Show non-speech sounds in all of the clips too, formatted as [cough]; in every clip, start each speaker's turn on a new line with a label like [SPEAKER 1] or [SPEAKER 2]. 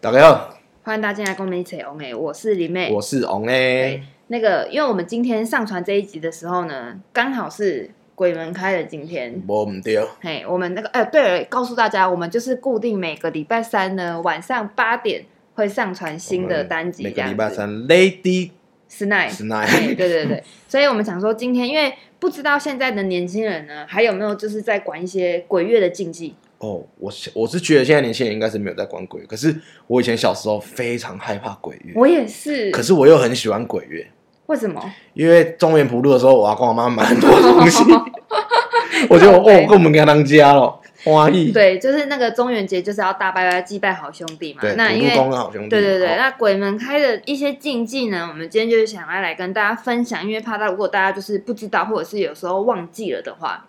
[SPEAKER 1] 大家好，
[SPEAKER 2] 欢迎大家进来跟我们一起红诶，我是林妹。
[SPEAKER 1] 我是王
[SPEAKER 2] 对
[SPEAKER 1] 诶。，
[SPEAKER 2] 那个，因为我们今天上传这一集的时候呢，刚好是鬼门开的今天。
[SPEAKER 1] 无唔对，
[SPEAKER 2] 嘿，我们那个，哎、对了，告诉大家，我们就是固定每个礼拜三呢晚上八点会上传新的单集，
[SPEAKER 1] 每
[SPEAKER 2] 这
[SPEAKER 1] 个
[SPEAKER 2] 样
[SPEAKER 1] 礼
[SPEAKER 2] 子。
[SPEAKER 1] 拜三，Lady
[SPEAKER 2] s n i g h t
[SPEAKER 1] Night，
[SPEAKER 2] 对对对， [laughs] 所以我们想说，今天因为不知道现在的年轻人呢，还有没有就是在管一些鬼月的禁忌？
[SPEAKER 1] 哦，我是我是觉得现在年轻人应该是没有在管鬼月，可是我以前小时候非常害怕鬼月，
[SPEAKER 2] 我也
[SPEAKER 1] 嗯
[SPEAKER 2] 是，
[SPEAKER 1] 可是我又很喜欢鬼月，
[SPEAKER 2] 为什么？
[SPEAKER 1] 因为中原普渡的时候，我阿公阿妈买很多东
[SPEAKER 2] [laughs]
[SPEAKER 1] 西，我觉得我哦，跟我们家当家了，欢喜。
[SPEAKER 2] 对，就是那个中元节就是要大拜拜祭拜好兄弟嘛。
[SPEAKER 1] 对，
[SPEAKER 2] 那因
[SPEAKER 1] 土
[SPEAKER 2] 为
[SPEAKER 1] 地公跟好兄弟，
[SPEAKER 2] 对对对，
[SPEAKER 1] 哦
[SPEAKER 2] 那鬼门开的一些禁忌呢，我们今天就是想要来跟大家分享，因为怕大如果大家就是不知道，或者是有时候忘记了的话，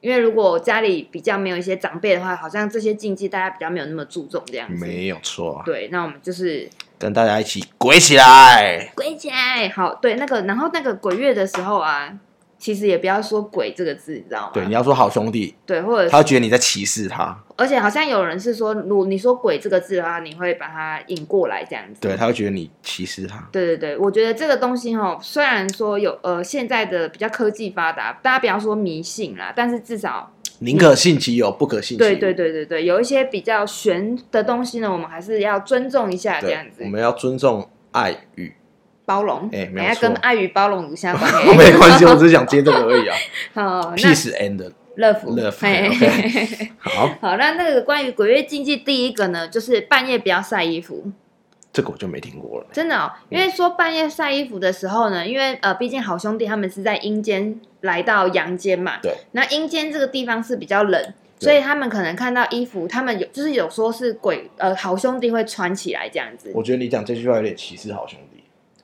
[SPEAKER 2] 因为如果家里比较没有一些长辈的话，好像这些禁忌大家比较没有那么注重这样子。
[SPEAKER 1] 没有错啊，
[SPEAKER 2] 对，那我们就是
[SPEAKER 1] 跟大家一起鬼起来。
[SPEAKER 2] 鬼起来，好，对那个，然后那个鬼月的时候啊，其实也不要说“鬼”这个字，你知道吗？
[SPEAKER 1] 对，你要说好兄弟，
[SPEAKER 2] 对，或者
[SPEAKER 1] 他会觉得你在歧视他，
[SPEAKER 2] 而且好像有人是说，如你说“鬼”这个字的话，你会把它引过来这样子。
[SPEAKER 1] 对，他会觉得你歧视他。
[SPEAKER 2] 对对对，我觉得这个东西哈，虽然说有呃现在的比较科技发达，大家不要说迷信啦，但是至少
[SPEAKER 1] 宁可信其有，不可信其无。
[SPEAKER 2] 对对对对对，有一些比较玄的东西呢，我们还是要尊重一下，这样
[SPEAKER 1] 对，
[SPEAKER 2] 子
[SPEAKER 1] 我们要尊重爱与，
[SPEAKER 2] 包容，
[SPEAKER 1] 哎没有
[SPEAKER 2] 哎呀
[SPEAKER 1] 错。
[SPEAKER 2] 跟爱与包容无相关
[SPEAKER 1] 没关 [laughs] 系，我只是想接这个而已啊。
[SPEAKER 2] [laughs] 好，那
[SPEAKER 1] Peace and
[SPEAKER 2] 乐福
[SPEAKER 1] love，
[SPEAKER 2] 嘿
[SPEAKER 1] OK 好，
[SPEAKER 2] [laughs] 好，那那个关于鬼月禁忌，第一个呢，就是半夜不要晒衣服。
[SPEAKER 1] 这个我就没听过了。
[SPEAKER 2] 真的、哦，因为说半夜晒衣服的时候呢，因为呃，毕竟好兄弟他们是在阴间来到阳间嘛，
[SPEAKER 1] 对，
[SPEAKER 2] 那阴间这个地方是比较冷，
[SPEAKER 1] 对
[SPEAKER 2] 所以他们可能看到衣服，他们有就是有说是鬼呃好兄弟会穿起来这样子，
[SPEAKER 1] 我觉得你讲这句话有点歧视好兄弟。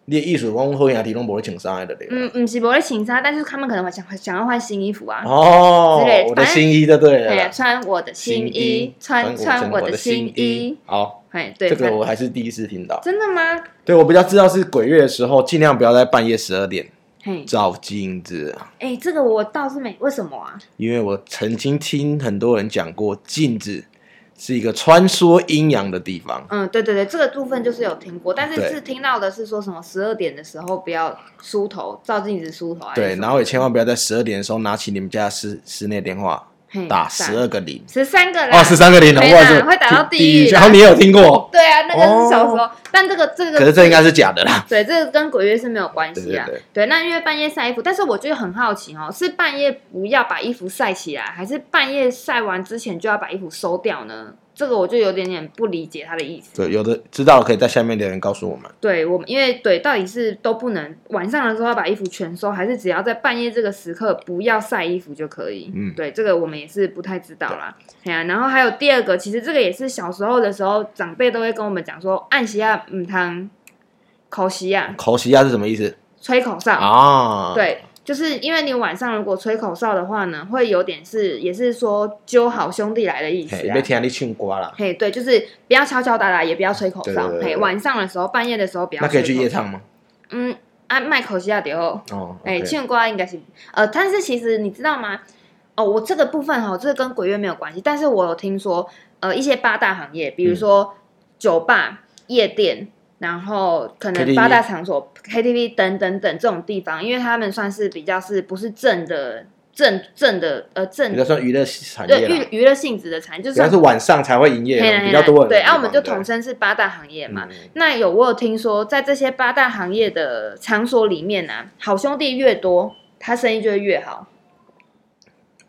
[SPEAKER 1] 你的艺术光后牙提供不会请上来的对吧
[SPEAKER 2] 嗯嗯，是不会请杀，但是他们可能会想想要换新衣服啊。
[SPEAKER 1] 哦
[SPEAKER 2] 之类，的
[SPEAKER 1] 我的新衣就对啊了
[SPEAKER 2] 对，
[SPEAKER 1] 啦，
[SPEAKER 2] 穿我的新衣，穿穿我的新衣，。
[SPEAKER 1] 好，
[SPEAKER 2] 哎，对，
[SPEAKER 1] 这个
[SPEAKER 2] 反
[SPEAKER 1] 我还是第一次听到。
[SPEAKER 2] 真的吗？
[SPEAKER 1] 对我比较知道是鬼月的时候，尽量不要在半夜十二点
[SPEAKER 2] 嘿，
[SPEAKER 1] 照镜子。
[SPEAKER 2] 哎，这个我倒是没，为什么啊？
[SPEAKER 1] 因为我曾经听很多人讲过，镜子是一个穿梭阴阳的地方。
[SPEAKER 2] 嗯，对对对，这个部分就是有听过，但是
[SPEAKER 1] 对
[SPEAKER 2] 是听到的是说什么十二点的时候不要梳头，照镜子梳头还是
[SPEAKER 1] 对，
[SPEAKER 2] 哎什么，
[SPEAKER 1] 然后也千万不要在十二点的时候拿起你们家的室室内电话
[SPEAKER 2] 嘿
[SPEAKER 1] 打十二个零
[SPEAKER 2] 十三个啦，
[SPEAKER 1] 哦，十三个零，
[SPEAKER 2] 没
[SPEAKER 1] 不
[SPEAKER 2] 啦
[SPEAKER 1] 好意思，
[SPEAKER 2] 嗯啊会打到
[SPEAKER 1] 地
[SPEAKER 2] 地狱啦
[SPEAKER 1] 然后你也有听过，
[SPEAKER 2] 对啊，那个是小时候，但这个这个
[SPEAKER 1] 哦可是这应该是假的啦。
[SPEAKER 2] 对这个跟鬼月是没有关系啊。
[SPEAKER 1] 对对
[SPEAKER 2] 那因为半夜晒衣服，但是我就很好奇哦，是半夜不要把衣服晒起来，还是半夜晒完之前就要把衣服收掉呢？这个我就有点点不理解他的意思。
[SPEAKER 1] 对，有的知道的可以在下面留言告诉我们。
[SPEAKER 2] 对我们，因为对，到底是都不能晚上的时候要把衣服全收，还是只要在半夜这个时刻不要晒衣服就可以？
[SPEAKER 1] 嗯
[SPEAKER 2] 对，这个我们也是不太知道啦。哎呀、然后还有第二个，其实这个也是小时候的时候，长辈都会跟我们讲说，按西啊，嗯汤，口西啊，
[SPEAKER 1] 口袭压是什么意思
[SPEAKER 2] 吹口哨。
[SPEAKER 1] 啊？，
[SPEAKER 2] 对，就是因为你晚上如果吹口哨的话呢，会有点是也是说揪好兄弟来的意思、
[SPEAKER 1] 嘿，
[SPEAKER 2] 啊
[SPEAKER 1] 被。听你唱歌啦。
[SPEAKER 2] 嘿，对，就是不要敲敲打打，也不要吹口
[SPEAKER 1] 对
[SPEAKER 2] 哨。
[SPEAKER 1] 对对对
[SPEAKER 2] 嘿，晚上的时候，半夜的时候不要。
[SPEAKER 1] 那可以去夜唱。吗？
[SPEAKER 2] 嗯，啊，卖口西亚迪哦，
[SPEAKER 1] 哦，
[SPEAKER 2] 哎，
[SPEAKER 1] OK
[SPEAKER 2] 庆瓜应该是呃，但是其实你知道吗？哦，我这个部分哈、哦，这个跟鬼月没有关系，但是我有听说呃一些八大行业，比如
[SPEAKER 1] 嗯
[SPEAKER 2] 说酒吧、夜店。然后可能
[SPEAKER 1] KTV
[SPEAKER 2] 八大场所、KTV 等等等这种地方，因为他们算是比较是不是正的正正的呃正
[SPEAKER 1] 比较算娱乐产
[SPEAKER 2] 对
[SPEAKER 1] 业啦，
[SPEAKER 2] 娱娱乐性质的产业，就
[SPEAKER 1] 比较
[SPEAKER 2] 算
[SPEAKER 1] 是晚上才会营业
[SPEAKER 2] 嘿啦嘿，啦
[SPEAKER 1] 比较多人的
[SPEAKER 2] 对，
[SPEAKER 1] 地方。
[SPEAKER 2] 啊，我们就
[SPEAKER 1] 对
[SPEAKER 2] 统称是八大行业嘛。
[SPEAKER 1] 嗯
[SPEAKER 2] 那有我有听说，在这些八大行业的场所里面啊，好兄弟越多，他生意就会越好。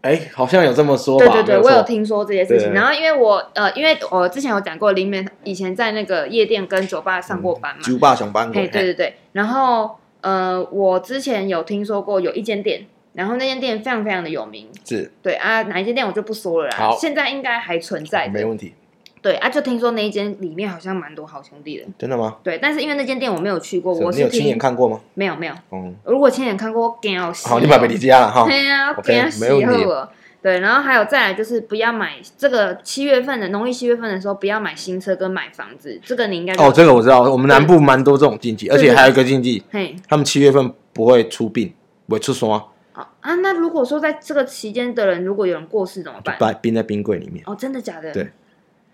[SPEAKER 1] 哎、好像有这么说吧？
[SPEAKER 2] 对对对，
[SPEAKER 1] 没
[SPEAKER 2] 我
[SPEAKER 1] 错
[SPEAKER 2] 有听说这些事情。
[SPEAKER 1] 对
[SPEAKER 2] 然后因为我呃，因为我之前有讲过，林美以前在那个夜店跟酒吧上过班嘛，
[SPEAKER 1] 酒吧上班过
[SPEAKER 2] 嘿，，对对对。然后呃，我之前有听说过有一间店，然后那间店非常非常的有名。
[SPEAKER 1] 是
[SPEAKER 2] 对啊，哪一间店我就不说了啦
[SPEAKER 1] 好，
[SPEAKER 2] 现在应该还存在
[SPEAKER 1] 没
[SPEAKER 2] 的。
[SPEAKER 1] 问题，
[SPEAKER 2] 对啊，就听说那一间里面好像蛮多好兄弟的。
[SPEAKER 1] 真的吗？
[SPEAKER 2] 对，但是因为那间店我没有去过，我
[SPEAKER 1] 你
[SPEAKER 2] 是
[SPEAKER 1] 有亲
[SPEAKER 2] 听
[SPEAKER 1] 眼看过吗？
[SPEAKER 2] 没有没有。
[SPEAKER 1] 嗯，
[SPEAKER 2] 如果亲眼看过，我惊到死。
[SPEAKER 1] 好，你买贝利加了哈。
[SPEAKER 2] 对啊，
[SPEAKER 1] OK，
[SPEAKER 2] 惊死
[SPEAKER 1] 没问题
[SPEAKER 2] 了。对，然后还有再来就是不要买这个七月份的农历七月份的时候不要买新车跟买房子，这个你应该就
[SPEAKER 1] 哦，这个我知道，我们南部蛮多这种禁忌，而且还有一个禁忌，
[SPEAKER 2] 嘿
[SPEAKER 1] 他们七月份不会出殡，不会出霜，
[SPEAKER 2] 哦啊，那如果说在这个期间的人如果有人过世怎么
[SPEAKER 1] 就
[SPEAKER 2] 办？
[SPEAKER 1] 把冰在冰柜里面。
[SPEAKER 2] 哦，真的假的？
[SPEAKER 1] 对。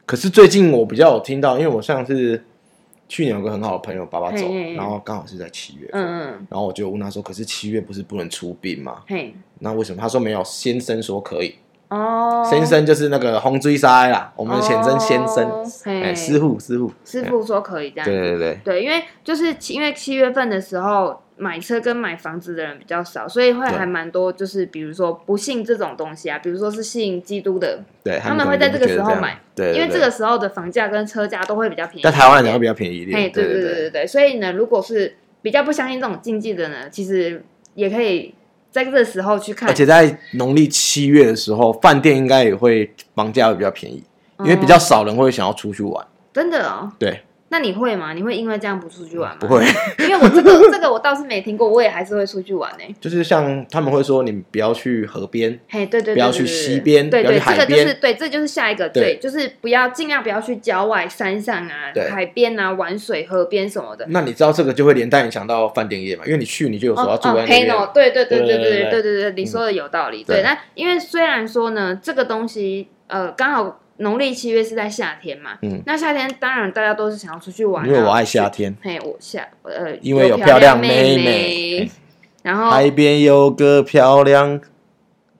[SPEAKER 1] 可是最近我比较有听到，因为我上次去年有个很好的朋友爸爸走
[SPEAKER 2] 嘿嘿，嘿
[SPEAKER 1] 然后刚好是在七月，
[SPEAKER 2] 嗯嗯，
[SPEAKER 1] 然后我就问他说，可是七月不是不能出殡吗？
[SPEAKER 2] 嘿，
[SPEAKER 1] 那为什么？他说没有，先生说可以，
[SPEAKER 2] 哦，
[SPEAKER 1] 先生就是那个红锥塞啦，我
[SPEAKER 2] 我
[SPEAKER 1] 们简称先生，，哎，
[SPEAKER 2] 哦嘿，
[SPEAKER 1] 师傅师傅，
[SPEAKER 2] 师傅说可嗯以这样
[SPEAKER 1] 对
[SPEAKER 2] 子，
[SPEAKER 1] 对对，
[SPEAKER 2] 对，因为就是七因为七月份的时候，买车跟买房子的人比较少，所以会
[SPEAKER 1] 对
[SPEAKER 2] 还蛮多，就是比如说不信这种东西啊，比如说是信基督的，
[SPEAKER 1] 对，
[SPEAKER 2] 他们
[SPEAKER 1] 可能
[SPEAKER 2] 会在
[SPEAKER 1] 就
[SPEAKER 2] 这个
[SPEAKER 1] 觉得
[SPEAKER 2] 时候
[SPEAKER 1] 样
[SPEAKER 2] 买，
[SPEAKER 1] 对，对
[SPEAKER 2] 因为
[SPEAKER 1] 对
[SPEAKER 2] 这个时候的房价跟车价都会比较便宜。
[SPEAKER 1] 在台湾来讲会比较便宜一
[SPEAKER 2] 嘿，
[SPEAKER 1] 点，
[SPEAKER 2] 对
[SPEAKER 1] 对
[SPEAKER 2] 对对对，所以呢，如果是比较不相信这种禁忌的呢，其实也可以在这个时候去看，
[SPEAKER 1] 而且在农历七月的时候，饭店应该也会房价会比较便宜，因为比较
[SPEAKER 2] 嗯
[SPEAKER 1] 少人会想要出去玩。
[SPEAKER 2] 真的哦。
[SPEAKER 1] 对，
[SPEAKER 2] 那你会吗？你会因为这样不出去玩吗？
[SPEAKER 1] 不，会， [laughs]
[SPEAKER 2] 因为我这个这个我倒是没听过，我也还是会出去玩呢、
[SPEAKER 1] 就是像他们会说，你们不要去河边，
[SPEAKER 2] 嘿，对对对，
[SPEAKER 1] 不要
[SPEAKER 2] 对对
[SPEAKER 1] 去
[SPEAKER 2] 对
[SPEAKER 1] 西边
[SPEAKER 2] 对
[SPEAKER 1] 不要
[SPEAKER 2] 对，
[SPEAKER 1] 去海
[SPEAKER 2] 这个就是
[SPEAKER 1] 边
[SPEAKER 2] 对，这就是下一个
[SPEAKER 1] 对
[SPEAKER 2] 对，就是不要尽量不要去郊外、山上啊
[SPEAKER 1] 对、嗯
[SPEAKER 2] 海边啊、玩水、河边什么的。
[SPEAKER 1] 那你知道这个就会连带影响到饭店业嘛？因为你去你就有时候要住在那
[SPEAKER 2] 黑
[SPEAKER 1] 边，
[SPEAKER 2] 哦，对对对对
[SPEAKER 1] 对对
[SPEAKER 2] 对
[SPEAKER 1] 对
[SPEAKER 2] 对对对，你说的有道理。对，
[SPEAKER 1] 对
[SPEAKER 2] 那因为虽然说呢，这个东西呃，刚好农历七月是在夏天嘛，
[SPEAKER 1] 嗯，
[SPEAKER 2] 那夏天当然大家都是想要出去玩啊，
[SPEAKER 1] 因为我爱夏天，
[SPEAKER 2] 嘿，我夏呃，
[SPEAKER 1] 因为有
[SPEAKER 2] 有
[SPEAKER 1] 漂亮
[SPEAKER 2] 妹
[SPEAKER 1] 妹妹，
[SPEAKER 2] 然后
[SPEAKER 1] 海边有个漂亮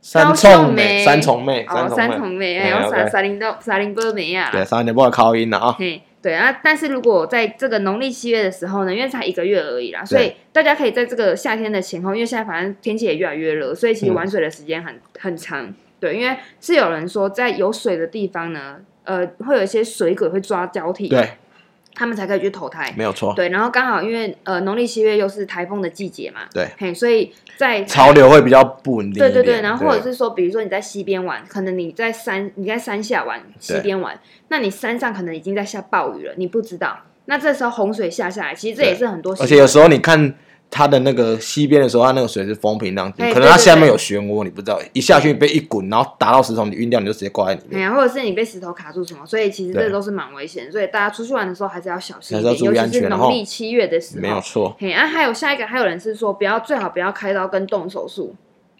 [SPEAKER 1] 三重妹，三
[SPEAKER 2] 三重
[SPEAKER 1] 重妹，
[SPEAKER 2] 哦，三
[SPEAKER 1] 重妹，
[SPEAKER 2] 重妹，
[SPEAKER 1] 嘿
[SPEAKER 2] 还有三
[SPEAKER 1] OK
[SPEAKER 2] 三零到三零波妹啊，
[SPEAKER 1] 对，三点半考音了啊，
[SPEAKER 2] 嘿，对啊，但是如果在这个农历七月的时候呢，因为才一个月而已啦，所以大家可以在这个夏天的前后，因为现在反正天气也越来越热，所以其实
[SPEAKER 1] 嗯
[SPEAKER 2] 玩水的时间很、很长。对，因为是有人说在有水的地方呢，呃，会有一些水鬼会抓交替，
[SPEAKER 1] 对，
[SPEAKER 2] 他们才可以去投胎。
[SPEAKER 1] 没有错，
[SPEAKER 2] 对，然后刚好因为呃农历七月又是台风的季节嘛，
[SPEAKER 1] 对，
[SPEAKER 2] 嘿，所以
[SPEAKER 1] [laughs]
[SPEAKER 2] 在
[SPEAKER 1] 潮流会比较不稳定一
[SPEAKER 2] 对
[SPEAKER 1] 点，
[SPEAKER 2] 对对，然后或者是说，比如说你在西边玩，可能你在山你在山下玩，西边玩，那你山上可能已经在下暴雨了，你不知道。那这时候洪水下下来，其实这也是很多习
[SPEAKER 1] 而
[SPEAKER 2] 惯，
[SPEAKER 1] 且有时候你看它的那个西边的时候，它那个水是风平浪
[SPEAKER 2] 哎
[SPEAKER 1] 静，可能它
[SPEAKER 2] 对对
[SPEAKER 1] 下面
[SPEAKER 2] 对
[SPEAKER 1] 有漩涡，你不知道，一下去被一滚，然后打到石头，你晕掉，你就直接挂在里
[SPEAKER 2] 哎
[SPEAKER 1] 面。
[SPEAKER 2] 呀，或者是你被石头卡住什么，所以其实这
[SPEAKER 1] 对
[SPEAKER 2] 都是蛮危险的。所以大家出去玩的时候还是要小心
[SPEAKER 1] 还
[SPEAKER 2] 一点，
[SPEAKER 1] 是要注
[SPEAKER 2] 尤
[SPEAKER 1] 意
[SPEAKER 2] 其
[SPEAKER 1] 安全
[SPEAKER 2] 是
[SPEAKER 1] 然
[SPEAKER 2] 农
[SPEAKER 1] 后
[SPEAKER 2] 历七月的时
[SPEAKER 1] 没有
[SPEAKER 2] 候。
[SPEAKER 1] 错，
[SPEAKER 2] 嘿，啊，还有下一个，还有人是说不要最好不要开刀跟动手术，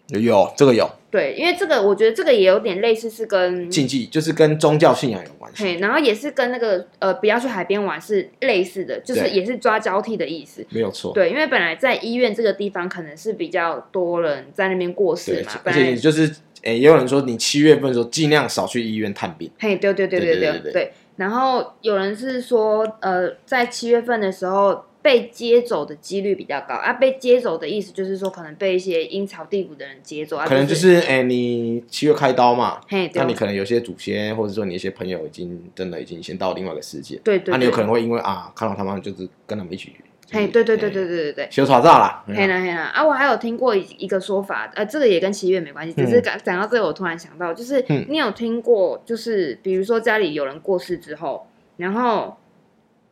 [SPEAKER 1] 有这个有
[SPEAKER 2] 对，因为这个我觉得这个也有点类似是跟
[SPEAKER 1] 禁忌，就是跟宗教信仰有关系，
[SPEAKER 2] 嘿，然后也是跟那个呃不要去海边玩是类似的，就是
[SPEAKER 1] 对
[SPEAKER 2] 也是抓交替的意思。
[SPEAKER 1] 没有错。
[SPEAKER 2] 对，因为本来在医院这个地方可能是比较多人在那边过世
[SPEAKER 1] 对
[SPEAKER 2] 嘛，，
[SPEAKER 1] 而
[SPEAKER 2] 本
[SPEAKER 1] 且也
[SPEAKER 2] 来
[SPEAKER 1] 就是，诶、也有人说你七月份的时候尽量少去医院探病，
[SPEAKER 2] 嘿，对对对
[SPEAKER 1] 对
[SPEAKER 2] 对
[SPEAKER 1] 对
[SPEAKER 2] 对
[SPEAKER 1] 对对
[SPEAKER 2] 对。然后有人是说，呃，在七月份的时候被接走的几率比较高啊。被接走的意思就是说，可能被一些阴曹地府的人接走啊，
[SPEAKER 1] 可能就。是诶、你七月开刀嘛，
[SPEAKER 2] 嘿，对
[SPEAKER 1] 那你可能有些祖先或者说你一些朋友已经真的已经先到另外一个世界，
[SPEAKER 2] 对对，
[SPEAKER 1] 那你有
[SPEAKER 2] 对
[SPEAKER 1] 可能会因为啊看到他们就是跟他们一起，就是哎
[SPEAKER 2] 嘿，对对对
[SPEAKER 1] 诶
[SPEAKER 2] 对对对对，
[SPEAKER 1] 小耍诈啦，
[SPEAKER 2] 嘿
[SPEAKER 1] 嗯
[SPEAKER 2] 啦嘿啦啊！我还有听过一一个说法，呃，这个也跟七月没关系，只是
[SPEAKER 1] 嗯
[SPEAKER 2] 讲讲到这个，我突然想到，就是
[SPEAKER 1] 嗯
[SPEAKER 2] 你有听过，就是比如说家里有人过世之后，然后，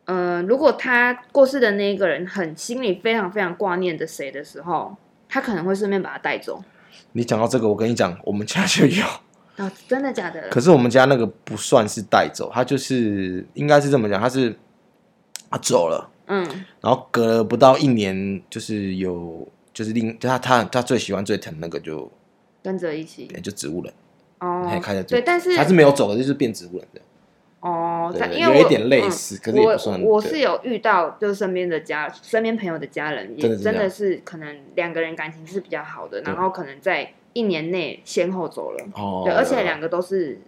[SPEAKER 2] 呃，如果他过世的那一个人很心里非常非常挂念着谁的时候，他可能会顺便把他带走。
[SPEAKER 1] 你讲到这个，我跟你讲，我们家就
[SPEAKER 2] [laughs]
[SPEAKER 1] 有，
[SPEAKER 2] 哦，真的假的？
[SPEAKER 1] 可是我们家那个不算是带走，他就是应该是这么讲，他是他走了，
[SPEAKER 2] 嗯，
[SPEAKER 1] 然后隔了不到一年，就是有就是另就他他他最喜欢最疼那个就哎
[SPEAKER 2] 跟着一起
[SPEAKER 1] 就植物人，
[SPEAKER 2] 哦
[SPEAKER 1] 还，看得出
[SPEAKER 2] 对，但是
[SPEAKER 1] 他是没有走的，就是变植物人的，
[SPEAKER 2] 哦，
[SPEAKER 1] 对
[SPEAKER 2] 但
[SPEAKER 1] 对
[SPEAKER 2] 因为我
[SPEAKER 1] 有一点类似可是也不算
[SPEAKER 2] 我我
[SPEAKER 1] 对
[SPEAKER 2] 是有遇到，就是身边的家、身边朋友的家人，
[SPEAKER 1] 真
[SPEAKER 2] 也
[SPEAKER 1] 的是
[SPEAKER 2] 真
[SPEAKER 1] 这
[SPEAKER 2] 的
[SPEAKER 1] 样
[SPEAKER 2] 是可能两个人感情是比较好的，
[SPEAKER 1] 对
[SPEAKER 2] 然后可能在一年内先后走了，
[SPEAKER 1] 哦，
[SPEAKER 2] 对，而且两个都是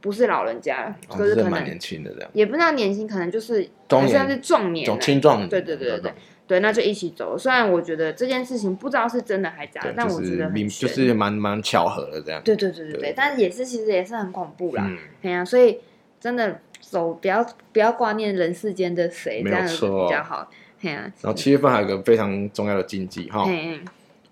[SPEAKER 2] 不是老人家，
[SPEAKER 1] 哦
[SPEAKER 2] 就是
[SPEAKER 1] 真
[SPEAKER 2] 可
[SPEAKER 1] 的蛮
[SPEAKER 2] 能
[SPEAKER 1] 年轻的这样，
[SPEAKER 2] 也不知道年轻，可能就是
[SPEAKER 1] 中
[SPEAKER 2] 好像
[SPEAKER 1] 年
[SPEAKER 2] 是壮年
[SPEAKER 1] 种
[SPEAKER 2] 啊，
[SPEAKER 1] 青壮年，
[SPEAKER 2] 对对对对对。对，那就一起走了。虽然我觉得这件事情不知道是真的还假的
[SPEAKER 1] 对，，
[SPEAKER 2] 但
[SPEAKER 1] 就
[SPEAKER 2] 我觉
[SPEAKER 1] 是
[SPEAKER 2] 得很
[SPEAKER 1] 明就
[SPEAKER 2] 悬
[SPEAKER 1] 是蛮蛮巧合的这样，
[SPEAKER 2] 对对对对
[SPEAKER 1] 对
[SPEAKER 2] 对，但也是其实也是很恐怖啦。
[SPEAKER 1] 嗯，
[SPEAKER 2] 对哎呀、所以真的走不要不要挂念人世间的谁，
[SPEAKER 1] 没
[SPEAKER 2] 这
[SPEAKER 1] 有
[SPEAKER 2] 样子
[SPEAKER 1] 错
[SPEAKER 2] 比较好。嘿呀、
[SPEAKER 1] 然后哦七月份还有一个非常重要的禁忌哈，
[SPEAKER 2] 嘿，哦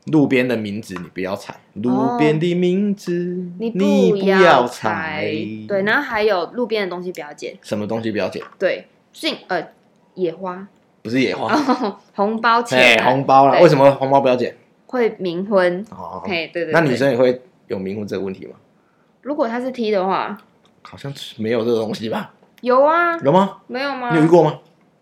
[SPEAKER 1] 路边的名字你不要踩，路边的名字
[SPEAKER 2] 你
[SPEAKER 1] 不
[SPEAKER 2] 要
[SPEAKER 1] 踩。
[SPEAKER 2] 对，然后还有路边的东西不要捡，
[SPEAKER 1] 什么东西不要捡？
[SPEAKER 2] 对，进呃野花、
[SPEAKER 1] 不是野花，
[SPEAKER 2] 哦、红包
[SPEAKER 1] 哎
[SPEAKER 2] 钱、，啊、
[SPEAKER 1] 红包啦。
[SPEAKER 2] 对
[SPEAKER 1] 为什么红包不要捡？
[SPEAKER 2] 会冥婚。
[SPEAKER 1] 哦，
[SPEAKER 2] 嘿，对对对。
[SPEAKER 1] 那女生也会有冥婚这个问题吗？
[SPEAKER 2] 如果他是 T 的话，
[SPEAKER 1] 好像没有这个东西吧？
[SPEAKER 2] 有啊，
[SPEAKER 1] 有吗？
[SPEAKER 2] 没有吗
[SPEAKER 1] 你？有遇过吗？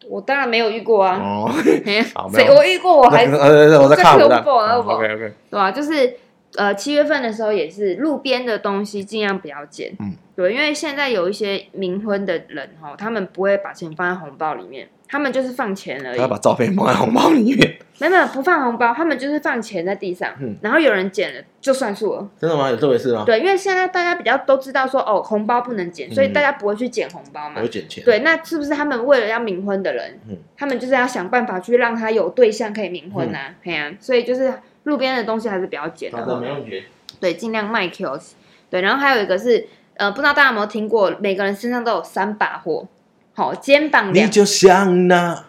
[SPEAKER 2] 我当然没有遇过啊。
[SPEAKER 1] 哦，
[SPEAKER 2] 嘿
[SPEAKER 1] 好没
[SPEAKER 2] 谁
[SPEAKER 1] 有
[SPEAKER 2] 我遇过，我还
[SPEAKER 1] 那呃，我在看，
[SPEAKER 2] 这
[SPEAKER 1] 我
[SPEAKER 2] 个
[SPEAKER 1] 在
[SPEAKER 2] 不好那个不好啊
[SPEAKER 1] OK OK，
[SPEAKER 2] 对啊，就是呃七月份的时候也是路边的东西尽量不要捡，
[SPEAKER 1] 嗯，
[SPEAKER 2] 对，因为现在有一些冥婚的人哦，他们不会把钱放在红包里面，他们就是放钱而
[SPEAKER 1] 他
[SPEAKER 2] 已，
[SPEAKER 1] 要把照片放在红包里面，
[SPEAKER 2] 没有没有不放红包，他们就是放钱在地上，
[SPEAKER 1] 嗯啊
[SPEAKER 2] 然后有人捡了就算数了，
[SPEAKER 1] [laughs] 真的吗？有这回事吗？
[SPEAKER 2] 对，因为现在大家比较都知道说哦红包不能捡，所以
[SPEAKER 1] 嗯
[SPEAKER 2] 大家不会去捡红包嘛
[SPEAKER 1] 我，会捡钱。
[SPEAKER 2] 对，那是不是他们为了要冥婚的人，
[SPEAKER 1] 嗯
[SPEAKER 2] 他们就是要想办法去让他有对象可以冥婚
[SPEAKER 1] 嗯
[SPEAKER 2] 啊？嘿啊，所以就是路边的东西还是比较简
[SPEAKER 1] 好
[SPEAKER 2] 单
[SPEAKER 1] 的，没
[SPEAKER 2] 的，
[SPEAKER 1] 问题。
[SPEAKER 2] 对，尽量卖 Q。对，然后还有一个是，呃，不知道大家有没有听过，每个人身上都有三把火，好，肩膀
[SPEAKER 1] 你
[SPEAKER 2] 两，
[SPEAKER 1] 就像那